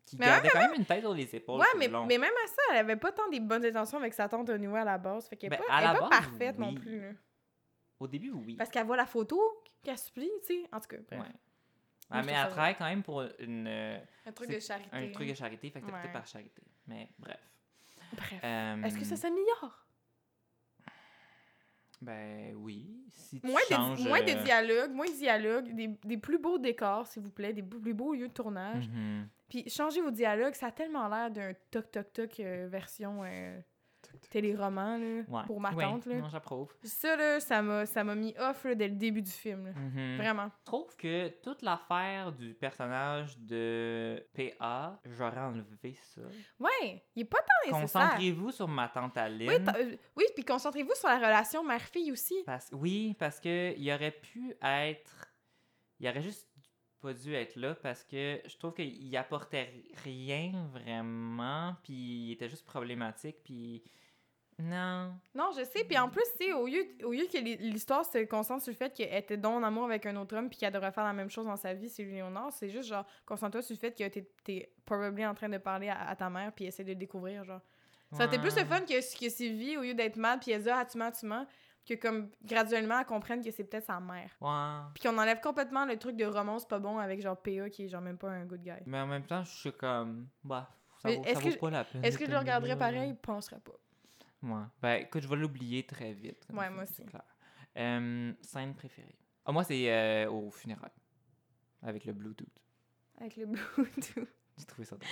qui
Mais
gardait quand même une tête sur les épaules.
Ouais,
tout le
mais,
long.
mais même à ça, elle avait pas tant des bonnes intentions avec sa tante Noé à la base. Fait qu'elle est
Ben,
pas,
à
elle est
la
pas
base,
parfaite non
oui.
plus. là.
Au début, oui.
Parce qu'elle voit la photo qu'elle supplie, tu sais. En tout cas, bref.
Ouais. Ah,
je
mais
trouve ça
elle travaille quand même pour une, euh,
Un truc
C'est
de charité.
un truc de charité, fait que t'as
Ouais.
peut-être par charité. Mais bref.
Bref.
Euh,
Est-ce que ça s'améliore?
Ben oui. Si tu
Moins, de-
changes,
moins de
euh,
dialogue, moins de dialogue, des, des plus beaux décors, s'il vous plaît, des bou- plus beaux lieux de tournage.
mhm.
Puis changez vos dialogues, ça a tellement l'air d'un toc-toc-toc euh, version euh, téléroman, là,
Ouais.
pour ma
Ouais,
tante, là.
Non, j'approuve.
Ça, là, ça m'a, ça m'a mis off là, dès le début du film. là.
Mhm.
Vraiment.
Je trouve que toute l'affaire du personnage de PA, j'aurais enlevé ça.
Ouais, il est pas tant nécessaire.
Concentrez-vous sur ma tante Aline.
Oui, t'as- euh, oui, puis concentrez-vous sur la relation mère-fille aussi.
Parce, oui, parce que il aurait pu être. Il aurait juste pas dû être là parce que je trouve qu'il apportait rien vraiment, puis il était juste problématique, puis. Non.
Non, je sais. Puis en plus, tu sais, au lieu, au lieu que l'hi- l'histoire se concentre sur le fait qu'elle était dans en amour avec un autre homme puis qu'elle devrait faire la même chose dans sa vie, c'est Léonard, c'est juste genre, concentre-toi sur le fait que t'es, t'es probablement en train de parler à, à ta mère puis essaie de le découvrir, genre. Ça aurait été plus
Ouais.
le fun que, que Sylvie, au lieu d'être mal puis elle dit « Ah, tu mens, tu mens », que comme graduellement, elle comprenne que c'est peut-être sa mère.
Ouais.
Puis qu'on enlève complètement le truc de romance pas bon avec genre PA qui est genre même pas un good guy.
Mais en même temps, je suis comme. Bah, ça
Mais
vaut,
est-ce
ça
que
vaut
je-
pas la peine.
Est-ce que
de
je le regarderais
terminer là,
pareil? Je penserais pas.
là. Ouais. Ben, écoute, je vais l'oublier très vite. comme
Ouais,
film,
moi
c'est
aussi.
clair. Euh, scène préférée. Ah, moi, c'est euh, au funérail. Avec le Bluetooth.
Avec le Bluetooth.
J'ai trouvé ça drôle.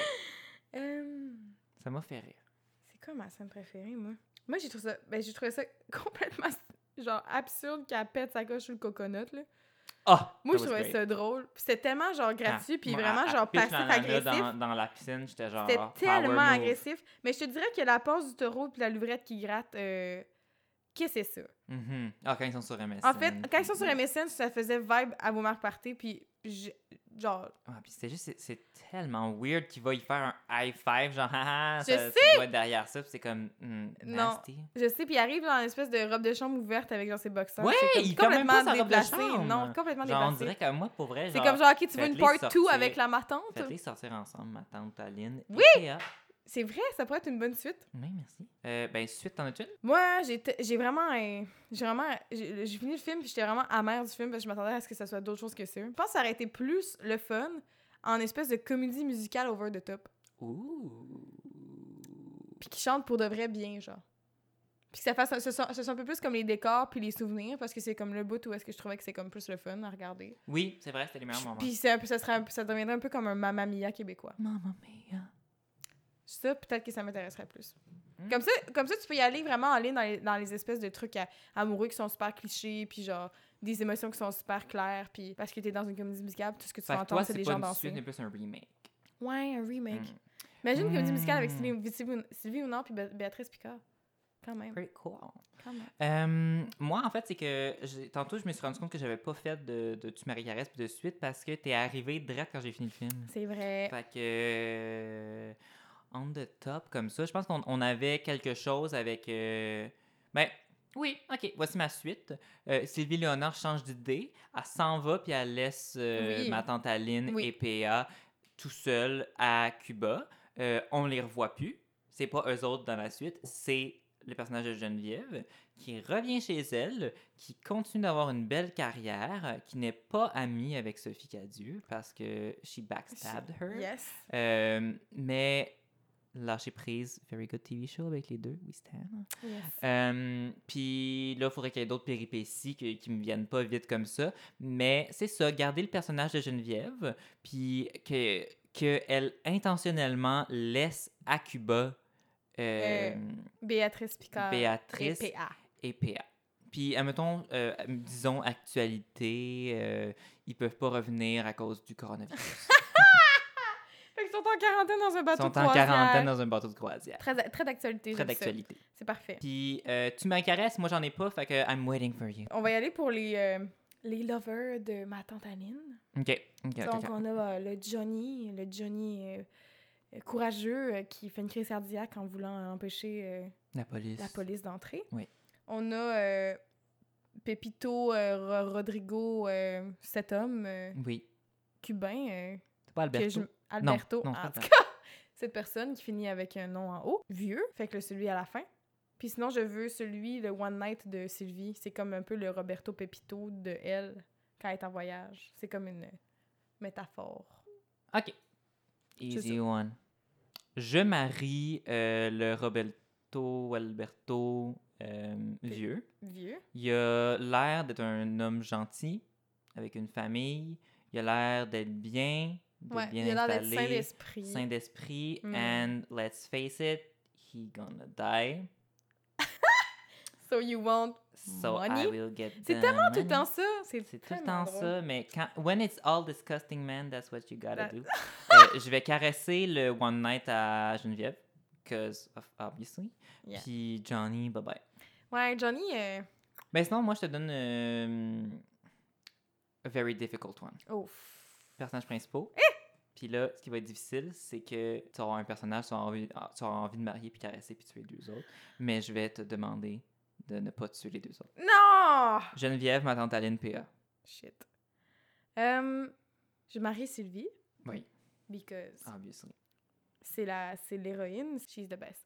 Euh,
Ça m'a fait rire.
c'est quoi ma scène préférée, moi? Moi, j'ai trouvé ça, ben, j'ai trouvé ça complètement genre absurde qu'elle pète sa coche sur le coconut, là.
Ah!
Moi,
that
je
was
trouvais
great.
ça drôle. Puis C'était tellement genre gratuit,
Ah,
puis
moi,
vraiment
à- à
genre
pitch la
passif-agressif.
nana Dans, dans la piscine, j'étais genre.
C'était
ah, power
tellement
move.
agressif. Mais je te dirais que la passe du taureau puis la levrette qui gratte, euh, qu'est-ce que c'est ça?
Mhm. Mm-hmm. Ah, quand ils sont sur MSN.
En fait, quand ils sont sur MSN, ça faisait vibe à vos marques party, puis je- Genre,
Ah, puis c'est juste, c'est- c'est tellement weird qu'il va y faire un high five, genre, ah, ah,
Je
ça, ça
sais!
doit être derrière ça, puis c'est comme, hmm,
Non.
nasty.
je sais, puis il arrive dans une espèce de robe de chambre ouverte avec genre ses boxeurs.
Ouais,
c'est
il fait même pas sa robe de
déplacé.
chambre.
Non, complètement
Genre, on
déplacé.
dirait que moi, pour vrai,
C'est
genre,
comme genre, ok, tu veux une
faites-les
part 2
sortir.
avec la martante?
faites-les sortir ensemble, ma tante Aline.
Oui!
Et Théa.
C'est vrai, ça pourrait être une bonne suite.
Oui, merci. Euh, ben, suite, t'en as-tu une?
Moi, j'ai t- j'ai vraiment. un- J'ai vraiment. J'ai j'ai fini le film, puis j'étais vraiment amère du film, parce que je m'attendais à ce que ça soit d'autres choses que ça. Je pense que ça aurait été plus le fun en espèce de comédie musicale over the top.
Ouh!
Puis qui chante pour de vrai bien, genre. Puis que ça fasse. un- Ce soit, ce soit un peu plus comme les décors, puis les souvenirs, parce que c'est comme le bout où est-ce que je trouvais que c'est comme plus le fun à regarder.
Oui, c'est vrai, c'était les meilleurs moments.
Puis c'est un peu- ça, serait un peu- ça deviendrait un peu comme un Mamma Mia québécois.
Maman mia.
Ça, peut-être que ça m'intéresserait plus.
Hmm.
Comme, ça, comme ça, tu peux y aller vraiment aller dans les, dans les espèces de trucs à- amoureux qui sont super clichés, puis genre des émotions qui sont super claires, puis parce que t'es dans une comédie musicale, tout ce que tu
Fait
vas
que toi,
entendre, c'est
c'est
des
pas
gens
une suite,
danser.
mais plus un remake.
Ouais, un remake.
Hmm.
Imagine une comédie musicale avec
Hmm.
Sylvie, Sylvie, Sylvie Hounard puis Bé- Béatrice Picard. Quand même.
Very cool.
Quand même.
Euh, moi, en fait, c'est que j'ai- tantôt, je me suis rendu compte que j'avais pas fait de, de Tu marie caresse puis de suite parce que t'es arrivé direct quand j'ai fini le film.
C'est vrai.
Fait que. euh, On the top, comme ça. Je pense qu'on on avait quelque chose avec. euh, Ben. Oui, ok, voici ma suite. Euh, Sylvie Léonard change d'idée. Elle s'en va, puis elle laisse euh,
Oui.
ma tante Aline
Oui.
et PA tout seul à Cuba. Euh, on les revoit plus. C'est pas eux autres dans la suite, c'est le personnage de Geneviève qui revient chez elle, qui continue d'avoir une belle carrière, qui n'est pas amie avec Sophie Cadieux parce que she backstabbed her.
Yes.
Euh, mais lâcher prise, very good TV show avec les deux, we stand.
yes.
Euh, Puis là, il faudrait qu'il y ait d'autres péripéties que- qui me viennent pas vite comme ça. Mais c'est ça, garder le personnage de Geneviève, puis que qu'elle intentionnellement laisse à Cuba euh,
Béatrice Picard.
Béatrice
Et PA.
et PA. Puis, admettons, euh, disons, actualité, euh, ils peuvent pas revenir à cause du coronavirus.
Fait qu'ils sont en quarantaine dans un
Ils
bateau
sont
de
en
croisière.
quarantaine dans un bateau de croisière.
Très, très d'actualité,
Très
j'aime ça.
d'actualité.
C'est parfait.
Puis, euh, tu m'incaresses, moi j'en ai pas, fait que I'm waiting for you.
On va y aller pour les, euh, les lovers de ma tante Aline.
Ok, ok, ok,
Donc,
ok.
on a euh, le Johnny, le Johnny euh, euh, courageux euh, qui fait une crise cardiaque en voulant empêcher euh,
La police.
la police d'entrer.
Oui.
On a euh, Pepito euh, Ro- Rodrigo, euh, cet homme euh,
Oui.
cubain. euh,
C'est pas
que
Alberto.
je- Alberto. Ah,
non, c'est
en
pas
tout cas, cette personne qui finit avec un nom en haut, vieux, fait que le celui à la fin. Puis sinon, je veux celui, le One Night de Sylvie. C'est comme un peu le Roberto Pepito de elle quand elle est en voyage. C'est comme une métaphore.
Ok.
C'est
Easy one. Je marie euh, le Roberto Alberto euh, vieux.
Vieux.
Il a l'air d'être un homme gentil, avec une famille. Il a l'air d'être bien, d'être
Ouais,
bien
il a l'air d'être saint
installé,
d'esprit.
sain d'esprit.
Mm.
And let's face it, he gonna die.
So you want.
So
Money?
I will get
C'est
the
tellement tout le
money.
temps ça. C'est
C'est tout le
tellement
temps
drôle.
ça, mais quand, when it's all disgusting, man, that's what you gotta
That-
do. Euh, je vais caresser le One Night à Geneviève, cause of- obviously.
Yeah.
Puis Johnny, bye bye.
Ouais, Johnny, euh,
Mais sinon, moi, je te donne euh, a very difficult one.
ouf.
Personnages principaux.
Eh!
Puis là, ce qui va être difficile, c'est que tu auras un personnage, tu auras envie, ah, tu auras envie de marier, puis caresser, puis tuer les deux autres. Mais je vais te demander de ne pas tuer les deux autres.
Non!
Geneviève, ma tante Aline, PA.
Shit. Euh, je marie Sylvie.
Oui.
Because
Obviously.
c'est la c'est l'héroïne, she's the best.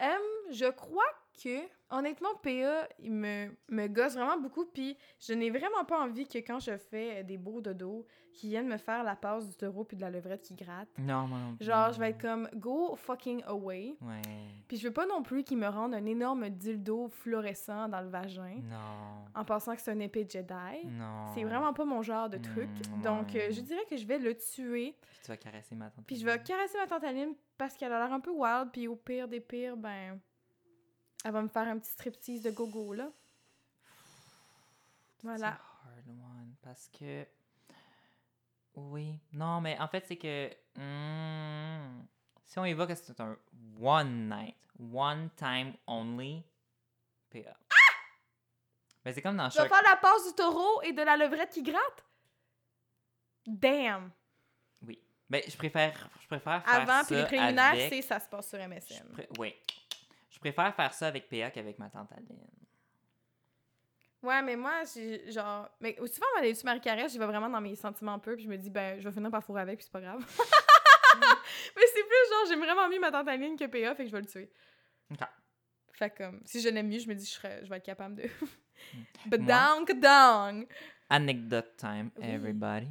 Euh, je crois que honnêtement PA il me me gosse vraiment beaucoup puis je n'ai vraiment pas envie que quand je fais des beaux dodos qui viennent me faire la passe du taureau puis de la levrette qui gratte.
Non, moi non plus.
Genre je vais être comme go fucking away.
Ouais.
Puis je veux pas non plus qu'ils me rendent un énorme dildo fluorescent dans le vagin
Non.
en pensant que c'est une épée Jedi.
Non.
C'est vraiment pas mon genre de truc.
Mm,
Donc, euh,
ouais.
je dirais que je vais le tuer.
Puis tu vas caresser ma tante.
Puis je vais caresser ma tante Aline parce qu'elle a l'air un peu wild. Puis au pire des pires, ben. Elle va me faire un petit striptease de gogo, là. Voilà.
Voilà. hard one. Parce que. Oui. Non, mais en fait, c'est que. hmm, si on évoque que c'est un one night, one time only, PA. Mais c'est comme dans
Je
Shark.
vais faire la passe du taureau et de la levrette qui gratte.
Damn!
Oui. Ben, je préfère, je préfère faire
Avant,
ça
puis les préliminaires,
avec-
c'est ça se passe sur MSN.
je pré- Oui. Je préfère faire ça avec PA qu'avec ma tante Aline.
Ouais, mais moi, j'ai genre. Mais aussi souvent, aller sur Marie-Caresse, j'y vais vraiment dans mes sentiments un peu, puis je me dis, ben, je vais finir par fourrer avec, puis c'est pas grave. mais c'est plus genre, j'aime vraiment mieux ma tante Aline que PA, fait que je vais le tuer.
Ok.
Fait que, comme, si je l'aime mieux, je me dis, je, serais- je vais être capable de. But
Moi-
down, down!
Anecdote time,
Oui.
everybody.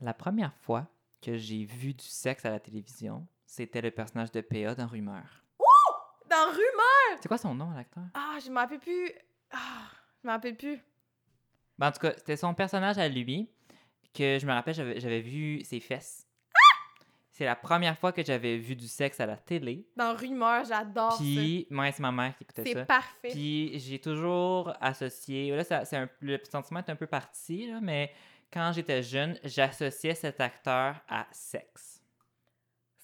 La première fois que j'ai vu du sexe à la télévision, c'était le personnage de PA dans Rumeur.
Dans Rumeur!
C'est quoi son nom, l'acteur?
Ah, je m'en rappelle plus. Ah, je m'en rappelle plus.
Ben, en tout cas, c'était son personnage à lui que je me rappelle, j'avais j'avais vu ses fesses. C'est la première fois que j'avais vu du sexe à la télé.
Dans Rumeur, j'adore ça.
Puis, moi, c'est ma mère qui écoutait ça.
Oh, C'est parfait.
Puis j'ai toujours associé. Là, ça- c'est un- le sentiment est un peu parti, là, mais quand j'étais jeune, j'associais cet acteur à sexe,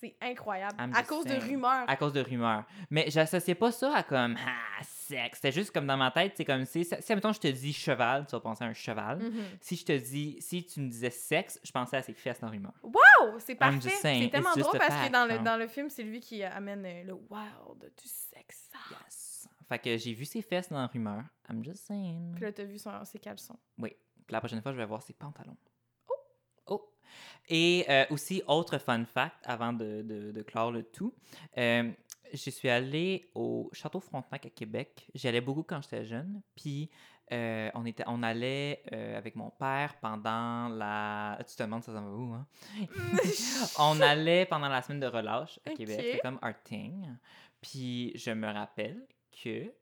C'est incroyable.
I'm
À
just
cause de
saying.
Rumeur.
à cause de rumeurs. Mais j'associais pas ça à comme ah, sexe. C'était juste comme dans ma tête, c'est comme si, si, mettons, je te dis cheval, tu vas penser à un cheval.
Mhm.
Si je te dis, si tu me disais sexe, je pensais à ses fesses dans rumeur.
Wow, c'est
I'm
parfait.
just saying,
C'est tellement
it's just
drôle
a
parce que
fact,
dans le,
hein.
dans le film, c'est lui qui euh, amène euh, le wild du sexe. Ah.
Yes. Fait que j'ai vu ses fesses dans rumeur. I'm just saying.
Puis là, t'as vu son, ses caleçons.
Puis la prochaine fois, je vais voir ses pantalons. Oh! Oh! Et euh, aussi, autre fun fact, avant de, de- de clore le tout, euh, je suis allée au Château Frontenac à Québec. J'y allais beaucoup quand j'étais jeune. Puis euh, on, était, on allait euh, avec mon père pendant la... Tu te demandes ça s'en va où, hein? on allait pendant la semaine de relâche à Québec.
Ok.
C'était comme our thing. Puis je me rappelle que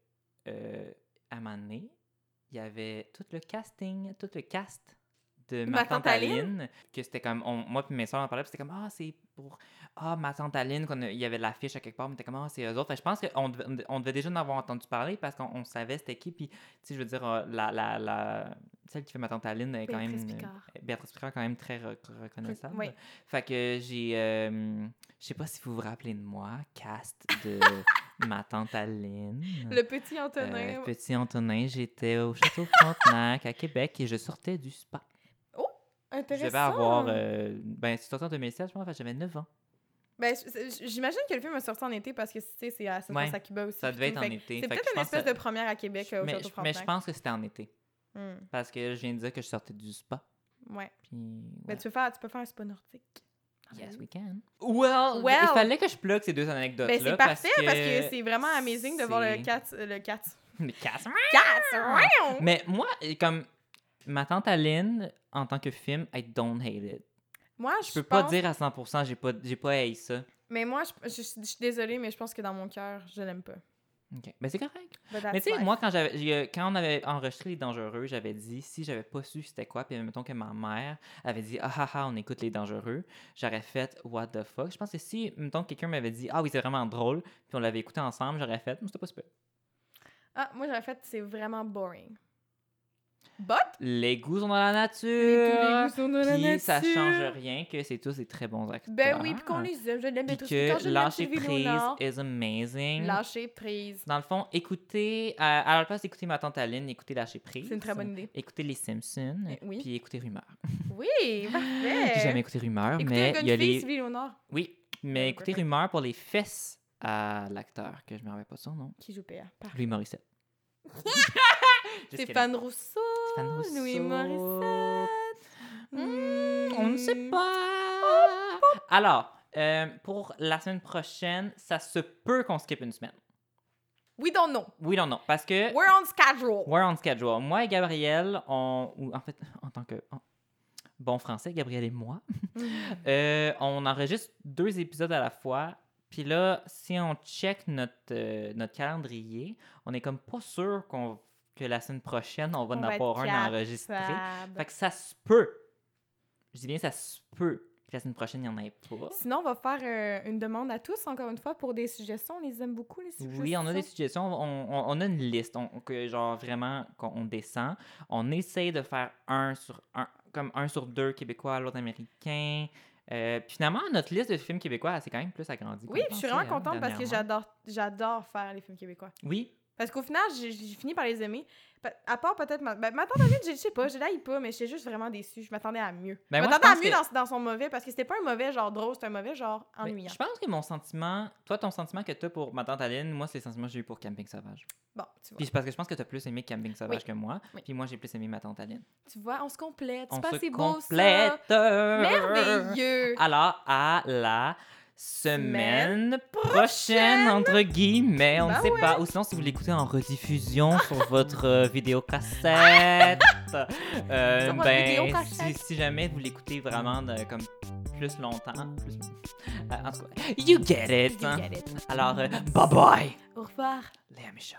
euh, à un moment donné, il y avait tout le casting, tout le cast de ma, tante, Aline, que c'était comme on- moi puis mes soeurs en parlait puis c'était comme ah c'est pour ah ma tante Aline qu'on a- il y avait l'affiche à quelque part mais c'était comme ah c'est eux autres Fait que je pense qu'on devait, on devait déjà en avoir entendu parler parce qu'on on savait c'était qui puis tu sais je veux dire euh, la, la, la- celle qui fait ma tante Aline est quand
Béatrice
même
Picard.
euh, Béatrice Picard est quand même très rec- reconnaissable
Oui.
fait que j'ai euh, je sais pas si vous vous rappelez de moi cast de ma tante Aline
Le petit
euh,
Antonin.
petit Antonin, j'étais au Château Frontenac à Québec et je sortais du spa. Je
Intéressant.
devais avoir. euh, ben, c'est sorti en 2007, je pense, fait que j'avais 9 ans.
Ben, je- je- j'imagine que le film est sorti en été parce que, tu sais, c'est à, ça se
Ouais.
passe à Cuba aussi.
Ça
puis
devait être
tout.
en
Fait que
été.
C'est
Fait que
peut-être
je
une
pense
espèce
que-
de première à Québec euh, au
Mais,
Château
je- mais je
Frontenac.
pense que c'était en été.
Hmm,
Parce que je viens de dire que je sortais du spa.
Ouais.
Puis.
Ben,
ouais.
tu peux faire, tu peux faire un spa nordique.
Ah, Yes, we can. Well,
Well.
il fallait que je plug ces deux anecdotes-là.
Ben, c'est
parce
parfait
que,
parce que c'est vraiment amazing de voir le
c'est-
cat. Le cat.
Mais casse-
Cat!
Mais moi, comme. Ma tante Aline, en tant que film, I don't hate it.
Moi, je,
Je peux pas
pense-
dire à 100%, j'ai pas, j'ai pas haï ça.
Mais moi, je, je- je suis désolée, mais je pense que dans mon cœur, je l'aime pas.
Ok. Ben, c'est correct.
But that's
Mais tu sais,
life.
moi, quand, j'avais, j'ai, euh, quand on avait enregistré Les Dangereux, j'avais dit, si j'avais pas su c'était quoi, puis mettons que ma mère avait dit, ah ah ah, on écoute Les Dangereux, j'aurais fait, what the fuck. Je pense que si, mettons, quelqu'un m'avait dit, ah oui, c'est vraiment drôle, puis on l'avait écouté ensemble, j'aurais fait, Hum, c'était pas super.
Ah, moi, j'aurais fait, c'est vraiment boring. But,
Les goûts sont dans la nature!
sont de
Euh, puis ça change rien que c'est tous des très bons acteurs.
Ben oui, puis qu'on les aime, je l'aime
Puis
tous. Quand
que
je l'aime,
lâcher
Sylvie
prise
Léonard,
is amazing.
Lâcher prise.
Dans le fond, écoutez, à, à la place d'écouter ma tante Aline, écoutez lâcher prise.
C'est une très bonne idée.
Écoutez les Simpsons,
Eh oui.
puis écoutez Rumeur.
Oui,
J'ai
parfait.
jamais écouté Rumeur,
Écoutez un
mais
gars,
il y a
une fille,
les.
Sylvie Léonard,
Oui, mais
Ouais,
écoutez
perfect.
Rumeur pour les fesses à l'acteur, que je me rappelle pas son nom.
qui joue PA. Parfait.
Louis Morissette. Just kidding.
Stéphane Rousseau.
Stéphane Rousseau.
Louis Morissette.
Hmm, on ne sait
Hmm.
pas. Alors, euh, pour la semaine prochaine, ça se peut qu'on skip une semaine.
We don't know.
Oui, non, non. Parce que.
We're on schedule.
We're on schedule. Moi et Gabriel, on, ou en fait, en tant que en- bon français, Gabriel et moi, euh, on enregistre deux épisodes à la fois. Puis là, si on check notre, euh, notre calendrier, on est comme pas sûr qu'on, que la semaine prochaine, on va en
On va
avoir
être
un enregistré.
capable.
Fait que ça se peut. Je dis bien ça se peut que la semaine prochaine, il n'y en ait pas.
Sinon, on va faire euh, une demande à tous, encore une fois, pour des suggestions. On les aime beaucoup, les suggestions.
Oui, on a des suggestions. On, on- on a une liste. On, que, genre, vraiment, qu'on on descend. On essaye de faire un sur un, comme un sur deux québécois, l'autre américain. Euh, puis finalement, notre liste de films québécois, c'est quand même plus agrandie. qu'on
Oui, puis je suis
pensait,
vraiment
hein,
contente parce que
dernièrement.
j'adore j'adore faire les films québécois.
Oui,
Parce qu'au final, j'ai j'ai fini par les aimer. Pa- À part peut-être. Ma, ben, ma tante Aline, je je sais pas, je l'aille pas, mais j'étais juste vraiment déçue. Je m'attendais à mieux.
Ben, moi, je
je m'attendais à
pense
mieux
que-
dans, dans son mauvais parce que c'était pas un mauvais genre drôle, c'était un mauvais genre
Mais
ennuyant.
Je pense que mon sentiment, toi, ton sentiment que t'as pour ma tante Aline, moi, c'est le sentiment que j'ai eu pour Camping Sauvage.
Bon, tu vois.
Puis c'est parce que je pense que t'as plus aimé Camping Sauvage que moi.
Oui.
Puis moi, j'ai plus aimé ma tante Aline.
Tu vois, on se complète.
On
C'est pas
se
assez beau ça.
complète.
Merveilleux.
Alors, à la semaine prochaine,
prochaine.
entre guillemets, on
Ben
ne sait pas. Ou sinon, si vous l'écoutez en rediffusion sur votre euh, vidéocassette, euh,
Sur votre
ben, si,
vidéocassette.
si jamais vous l'écoutez vraiment de- comme plus longtemps, plus- euh, en tout cas, you get it.
You
hein.
get it.
Alors, euh, bye bye.
Au revoir.
Léa Michaud.